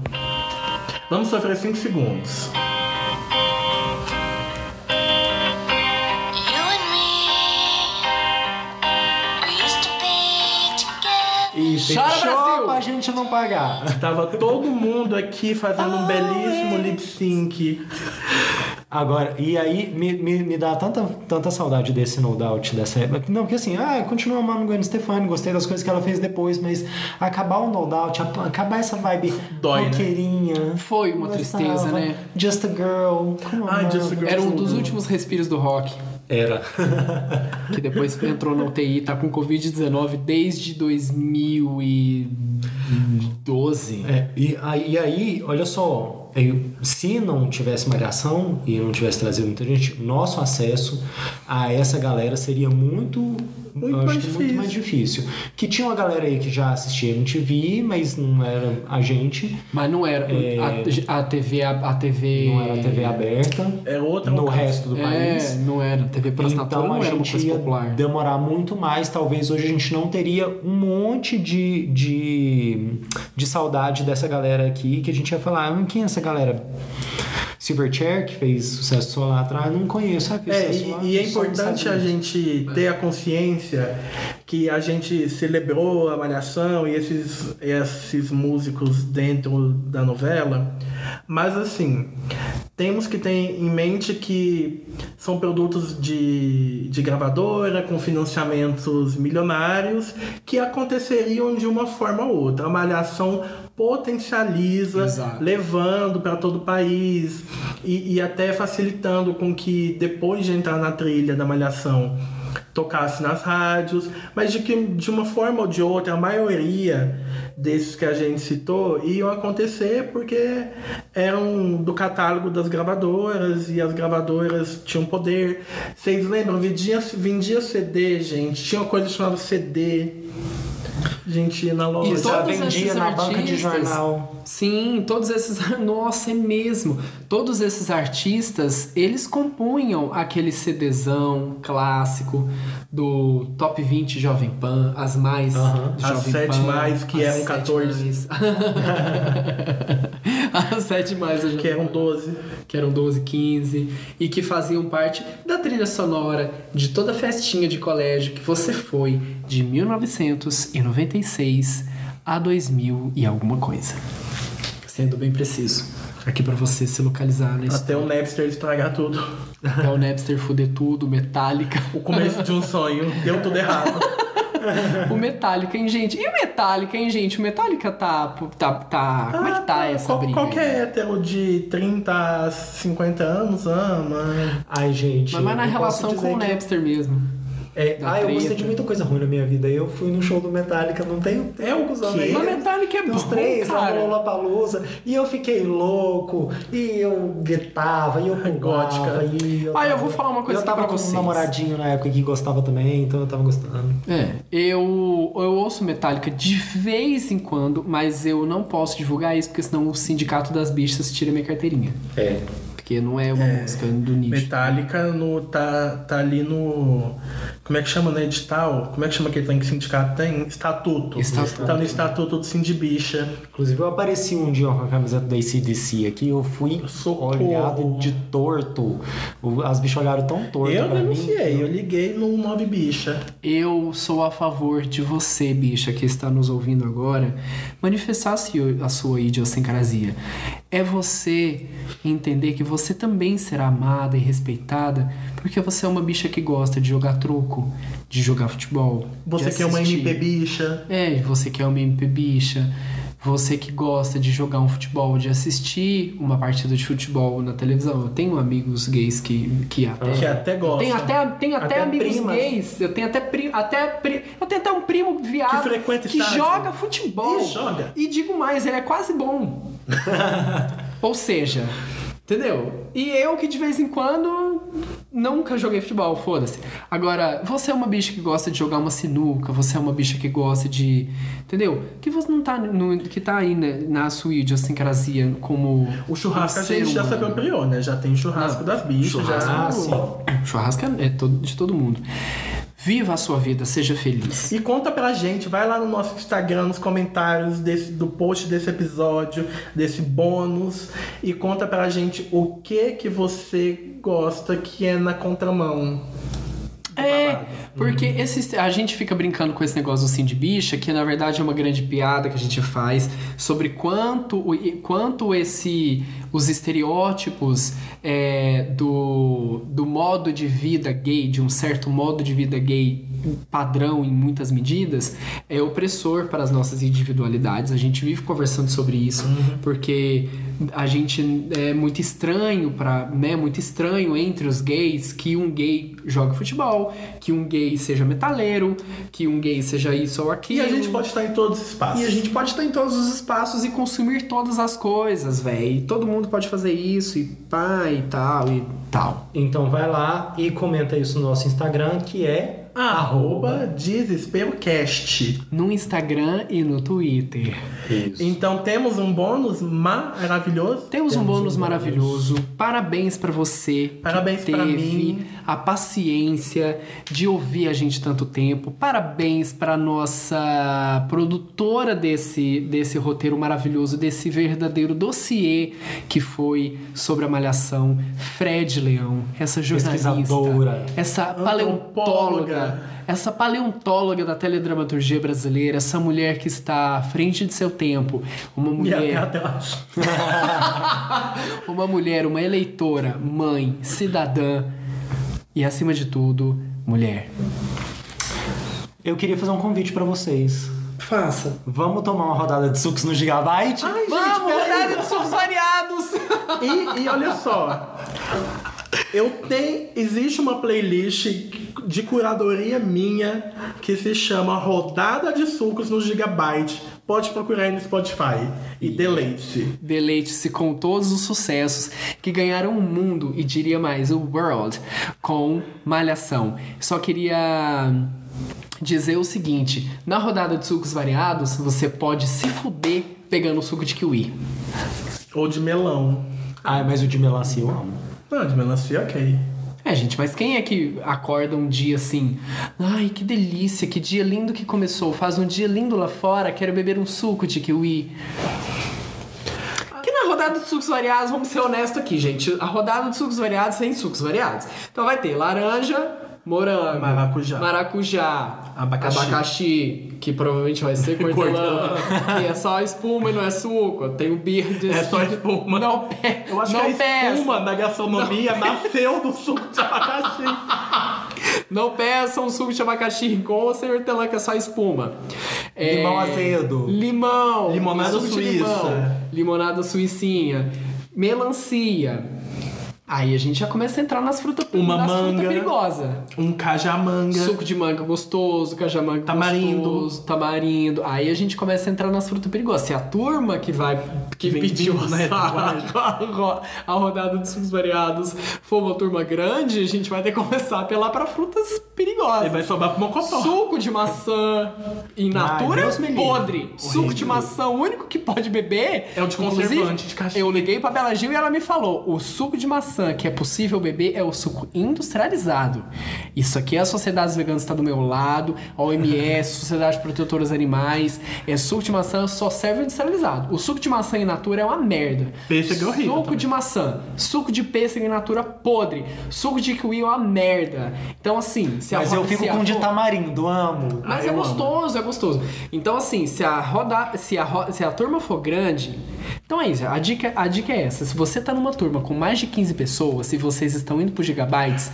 Speaker 2: Vamos sofrer 5 segundos.
Speaker 5: You and me, we used to be together.
Speaker 1: E
Speaker 3: Chora,
Speaker 1: chora
Speaker 3: Brasil!
Speaker 1: pra gente não pagar.
Speaker 2: Tava todo mundo aqui fazendo um belíssimo lip sync.
Speaker 1: Agora, e aí me, me, me dá tanta, tanta saudade desse No Doubt dessa época. Não, porque assim, ah, continua amando Gwen Stefani, gostei das coisas que ela fez depois, mas acabar o No Doubt, ap- acabar essa vibe
Speaker 2: Dói, né?
Speaker 1: roqueirinha.
Speaker 3: Foi uma tristeza, né?
Speaker 1: Just a girl. come on,
Speaker 2: Ai,
Speaker 1: mano.
Speaker 2: Ah, Just a Girl.
Speaker 3: Era um dos últimos respiros do rock,
Speaker 1: Era.
Speaker 3: que depois entrou na UTI, tá com Covid-19 desde 2012.
Speaker 1: É, e, aí, e aí, olha só, eu- se não tivesse malhação e não tivesse trazido muita gente, nosso acesso a essa galera seria muito,
Speaker 2: Muito
Speaker 1: eu acho
Speaker 2: mais
Speaker 1: que
Speaker 2: difícil.
Speaker 1: muito mais difícil. Que tinha uma galera aí que já assistia MTV, mas não era a gente,
Speaker 3: Mas não era a, a TV a, a TV
Speaker 1: É. não era TV aberta
Speaker 2: É outra
Speaker 1: no
Speaker 2: ocasião.
Speaker 1: resto do
Speaker 3: É,
Speaker 1: país.
Speaker 3: não era. TV por assinatura
Speaker 1: Então
Speaker 3: não
Speaker 1: a
Speaker 3: era uma
Speaker 1: gente
Speaker 3: coisa
Speaker 1: ia
Speaker 3: popular.
Speaker 1: demorar muito mais. Talvez hoje a gente não teria um monte de, de, de saudade dessa galera aqui, que a gente ia falar, "Hum, quem é essa galera? Silverchair, que fez sucesso só lá atrás, não conheço. Ah, fez
Speaker 2: É,
Speaker 1: sucesso lá,
Speaker 2: e, e é
Speaker 1: só nos Estados
Speaker 2: importante a
Speaker 1: Unidos."
Speaker 2: gente ter a consciência que a gente celebrou a Malhação e esses, esses músicos dentro da novela, mas assim, temos que ter em mente que são produtos de, de gravadora, com financiamentos milionários, que aconteceriam de uma forma ou outra. A Malhação potencializa,
Speaker 3: Exato.
Speaker 2: levando para todo o país e, e até facilitando com que depois de entrar na trilha da Malhação tocasse nas rádios, mas de que de uma forma ou de outra a maioria desses que a gente citou iam acontecer porque eram do catálogo das gravadoras e as gravadoras tinham poder. Vocês lembram? Vendia, vendia CD, gente. Tinha uma coisa chamada CD. gente ir na loja.
Speaker 3: Isso.
Speaker 1: Já
Speaker 3: Todos
Speaker 1: vendia
Speaker 3: esses
Speaker 1: na banca de
Speaker 3: artistas-
Speaker 1: jornal.
Speaker 3: Sim, todos esses. Nossa, é mesmo. Todos esses artistas, eles compunham aquele CDzão clássico do Top 20 Jovem Pan, as mais.
Speaker 1: Aham.
Speaker 3: do
Speaker 2: As
Speaker 3: Jovem
Speaker 2: sete
Speaker 3: Pan,
Speaker 2: mais, que é um
Speaker 3: as
Speaker 2: eram
Speaker 3: sete
Speaker 2: 14.
Speaker 3: mais. as 7 mais, do Jovem
Speaker 2: Que eram 12.
Speaker 3: que eram 12, 15, e que faziam parte da trilha sonora de toda a festinha de colégio que você foi de 1996 a 2000 e alguma coisa. Sendo bem preciso, aqui pra você se localizar nesse
Speaker 2: Até o um Napster estragar tudo.
Speaker 3: até o Napster fuder tudo, Metallica.
Speaker 2: O começo de um sonho. Deu tudo errado.
Speaker 3: O Metallica, hein, gente? E o Metallica, hein, gente? O Metallica tá. tá, tá como é que tá
Speaker 2: Ah,
Speaker 3: essa
Speaker 2: qual-
Speaker 3: briga?
Speaker 1: é
Speaker 2: Qualquer hétero de 30 a 50 anos Ah, ama.
Speaker 1: Ai, gente.
Speaker 3: Mas, mas na
Speaker 1: eu posso
Speaker 3: relação
Speaker 1: dizer
Speaker 3: com o
Speaker 1: que-
Speaker 3: Napster mesmo.
Speaker 1: É,
Speaker 3: Da
Speaker 1: ah, eu gostei
Speaker 3: treta.
Speaker 1: de muita coisa ruim na minha vida. Eu fui no show do Metallica, não tenho
Speaker 2: É o
Speaker 1: poucos anos
Speaker 2: quê?
Speaker 1: aí.
Speaker 3: Mas Metallica é
Speaker 1: Tem uns
Speaker 3: bom,
Speaker 1: três,
Speaker 3: cara.
Speaker 1: na Lollapalooza. E eu fiquei louco, e eu gritava, e eu
Speaker 2: Gótica.
Speaker 1: pulava, e eu...
Speaker 3: Ah,
Speaker 1: tava-
Speaker 3: eu vou falar uma
Speaker 1: Eu
Speaker 3: coisa aqui
Speaker 1: tava
Speaker 3: pra
Speaker 1: com
Speaker 3: vocês.
Speaker 1: um namoradinho na época que gostava também, então eu tava gostando.
Speaker 3: É, eu, eu ouço Metallica de vez em quando, mas eu não posso divulgar isso, porque senão o sindicato das bichas tira minha carteirinha.
Speaker 1: É.
Speaker 3: Porque não é uma música do nicho.
Speaker 2: Metallica no, tá, tá ali no. Como é que chama no edital? Como é que chama aquele trem que sindicato tem? Estatuto.
Speaker 3: Estatuto.
Speaker 2: Tá no estatuto do Sindibicha.
Speaker 1: Inclusive, eu apareci um dia com a camiseta da ACDC aqui, eu fui
Speaker 2: Socorro.
Speaker 1: olhado de torto. O- As bichas olharam tão torto
Speaker 3: tá
Speaker 2: Eu
Speaker 1: pra mim.
Speaker 2: denunciei, eu liguei no 9 Bicha.
Speaker 3: Eu sou a favor de você, bicha, que está nos ouvindo agora, manifestar a seu- a sua idiosincrasia. É você entender que você também será amada e respeitada, porque você é uma bicha que gosta de jogar truco, de jogar futebol.
Speaker 2: Você
Speaker 3: de
Speaker 2: quer uma
Speaker 3: assistir.
Speaker 2: MP Bicha?
Speaker 3: É, você que é uma MP bicha, você que gosta de jogar um futebol, de assistir uma partida de futebol na televisão. Eu tenho amigos gays que, que até.
Speaker 2: Ah. Que até gosta.
Speaker 3: Tem Ah. até, tem até,
Speaker 1: Até
Speaker 3: amigos
Speaker 1: primas.
Speaker 3: gays. Eu tenho até, pri, até pri- eu tenho até um primo viado
Speaker 2: Que frequenta
Speaker 3: que
Speaker 2: estádio.
Speaker 3: joga futebol.
Speaker 2: Ih, joga.
Speaker 3: E digo mais, ele é quase bom. Ou seja, entendeu? E eu que de vez em quando nunca joguei futebol, foda-se. Agora, você é uma bicha que gosta de jogar uma sinuca, você é uma bicha que gosta de, entendeu? Que você não tá no, que tá aí né, na sua idiosincrasia como
Speaker 2: O churrasco
Speaker 3: um
Speaker 2: a gente
Speaker 3: ser
Speaker 2: já se
Speaker 3: humano.
Speaker 2: apropriou, né? Já tem churrasco
Speaker 3: Não.
Speaker 2: das bichas.
Speaker 1: Ah,
Speaker 2: Já...
Speaker 1: sim.
Speaker 3: Churrasco é é todo- de todo mundo. Viva a sua vida, seja feliz.
Speaker 2: E conta pra gente, vai lá no nosso Instagram, nos comentários desse, do post desse episódio, desse bônus, e conta pra gente o que que você gosta que é na contramão.
Speaker 3: É, porque esse, a gente fica brincando com esse negócio do Sim de Bicha, que na verdade é uma grande piada que a gente faz sobre quanto, o- e- quanto esse, os estereótipos é, do, do modo de vida gay, de um certo modo de vida gay padrão em muitas medidas, é opressor para as nossas individualidades. A gente vive conversando sobre isso, porque a gente é muito estranho para, né, muito estranho entre os gays que um gay jogue futebol, que um gay seja metaleiro, que um gay seja isso ou
Speaker 2: E
Speaker 3: aquilo.
Speaker 2: a gente pode estar em todos os espaços.
Speaker 3: E a gente pode estar em todos os espaços e consumir todas as coisas, velho. Todo mundo pode fazer isso e pá e tal e tal.
Speaker 1: Então vai lá e comenta isso no nosso Instagram, que é
Speaker 3: Ah.
Speaker 2: Arroba DesesperoCast.
Speaker 3: No Instagram e no Twitter.
Speaker 1: isso.
Speaker 2: Então temos um bônus maravilhoso.
Speaker 3: Temos,
Speaker 1: Temos
Speaker 3: um bônus
Speaker 1: um bônus.
Speaker 3: maravilhoso. Parabéns pra você. que
Speaker 2: Parabéns
Speaker 3: teve
Speaker 2: pra mim.
Speaker 3: a paciência de ouvir a gente tanto tempo. Parabéns pra nossa produtora desse desse roteiro maravilhoso, desse verdadeiro dossiê que foi sobre a malhação, Fred Leão, essa jornalista,
Speaker 1: Pesquisadora.
Speaker 3: essa paleontóloga, essa paleontóloga da teledramaturgia brasileira, essa mulher que está à frente de seu tempo, uma
Speaker 2: E
Speaker 3: mulher
Speaker 2: até atrás.
Speaker 3: uma mulher, uma eleitora, mãe, cidadã e, acima de tudo, mulher.
Speaker 1: Eu queria fazer um convite pra vocês.
Speaker 3: Faça.
Speaker 1: Vamos tomar uma rodada de sucos no Gigabyte?
Speaker 3: Vamos, rodada de sons variados!
Speaker 2: E, e olha só. Eu tenho. Existe uma playlist de curadoria minha que se chama Rodada de Sucos no Gigabyte. Pode procurar aí no Spotify. E deleite-se.
Speaker 3: Deleite-se com todos os sucessos que ganharam o mundo e diria mais o world com Malhação. Só queria dizer o seguinte: na rodada de sucos variados, você pode se fuder pegando suco de kiwi.
Speaker 2: Ou de melão.
Speaker 1: Ah, mas o de melancia eu amo.
Speaker 2: Não, de melancia, ok.
Speaker 3: É, gente, mas quem é que acorda um dia assim? Ai, que delícia, que dia lindo que começou. Faz um dia lindo lá fora, quero beber um suco de kiwi. Que na rodada de sucos variados, vamos ser honestos aqui, gente. A rodada de sucos variados tem sucos variados. Então vai ter laranja, morango,
Speaker 2: Maracujá.
Speaker 3: maracujá,
Speaker 2: Abacaxi.
Speaker 3: abacaxi, que provavelmente vai ser cortelã, que é só espuma e não é suco. Tem o birra de
Speaker 2: É só espuma.
Speaker 3: Não, pe...
Speaker 2: Eu acho
Speaker 3: não
Speaker 2: que a
Speaker 3: peça.
Speaker 2: espuma da gastronomia nasceu do suco de abacaxi.
Speaker 3: Não peçam um suco de abacaxi com ou sem hortelã, que é só espuma. É,
Speaker 1: Limão azedo.
Speaker 3: Limão.
Speaker 2: Limonada
Speaker 3: suco de
Speaker 2: suíça.
Speaker 3: limão, Limonada suicinha. Melancia. Aí a gente já começa a entrar nas frutas
Speaker 2: Uma
Speaker 3: nas
Speaker 2: manga.
Speaker 3: Fruta perigosa.
Speaker 2: Um cajamanga.
Speaker 3: Suco de manga gostoso, cajamanga
Speaker 2: Tamarindo.
Speaker 3: gostoso, tamarindo. Aí a gente começa a entrar nas frutas perigosas. Se a turma que vai que
Speaker 2: Vem
Speaker 3: pediu
Speaker 2: vindo,
Speaker 3: a,
Speaker 2: né,
Speaker 3: a ro- a rodada de sucos variados for uma turma grande, a gente vai ter que começar a apelar pra frutas
Speaker 2: Aí
Speaker 3: perigosas.
Speaker 2: vai sobrar pro mocotó.
Speaker 3: Suco de maçã in natura
Speaker 1: Deus me livre.
Speaker 3: podre. Suco de
Speaker 2: Horrível.
Speaker 3: maçã, o único que pode beber.
Speaker 2: É o de
Speaker 3: Inclusive,
Speaker 2: conservante, de caixinha.
Speaker 3: Eu liguei pra Bela Gil e ela me falou: o suco de maçã que é possível beber é o suco industrializado. Isso aqui é a Sociedade Veganas está do meu lado, a OMS, Sociedade Protetora dos Animais. É suco de maçã, só serve o industrializado. O suco de maçã in natura é uma merda.
Speaker 2: Pêssego é horrível
Speaker 3: Suco
Speaker 2: também.
Speaker 3: de maçã, suco de pêssego in natura podre, suco de kiwi é uma merda. Então, assim, se a
Speaker 1: Mas eu
Speaker 3: ro-
Speaker 1: fico
Speaker 3: se a
Speaker 2: um
Speaker 1: com o de
Speaker 3: ro-
Speaker 1: tamarindo, amo.
Speaker 3: mas
Speaker 2: Ah,
Speaker 3: é
Speaker 2: eu amo.
Speaker 3: gostoso, é gostoso. Então, assim, se a roda, se a, ro- se a turma for grande. Então é isso, a dica, a dica é essa. Se você tá numa turma com mais de 15 pessoas, se vocês estão indo pro gigabytes,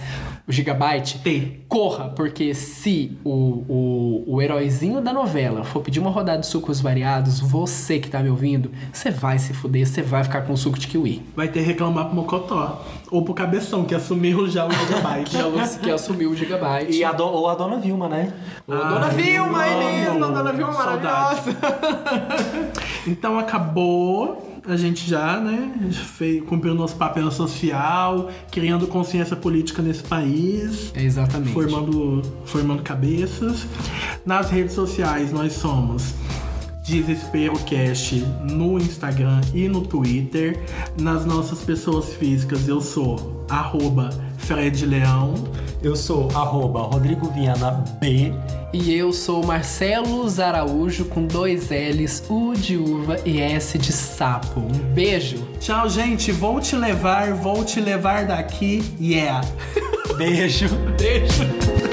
Speaker 3: o gigabyte,
Speaker 2: Tem.
Speaker 3: corra, porque se o, o, o heróizinho da novela for pedir uma rodada de sucos variados, você que tá me ouvindo, você vai se fuder, você vai ficar com suco de kiwi.
Speaker 2: Vai ter que reclamar pro mocotó. Ou pro cabeção, que assumiu já o gigabyte.
Speaker 3: Que, é o- que assumiu o gigabyte.
Speaker 1: E a do- ou a dona Vilma, né?
Speaker 3: Ô, Dona
Speaker 2: Ai,
Speaker 3: Vilma,
Speaker 2: eu
Speaker 3: é mesmo, a
Speaker 2: amo.
Speaker 3: Dona Vilma é
Speaker 2: Saudades.
Speaker 3: maravilhosa.
Speaker 2: Então acabou. A gente já, né, fez, cumpriu nosso papel social, criando consciência política nesse país,
Speaker 3: É exatamente.
Speaker 2: formando, formando cabeças. Nas redes sociais nós somos Desespero Cast no Instagram e no Twitter. Nas nossas pessoas físicas eu sou arroba Fred Leão.
Speaker 1: Eu sou arroba Rodrigo Viana B.
Speaker 3: E eu sou Marcelo Araújo com dois L's, U de uva e S de sapo. Um beijo.
Speaker 2: Tchau, gente. Vou te levar, vou te levar daqui. Yeah!
Speaker 1: Beijo.
Speaker 3: Beijo.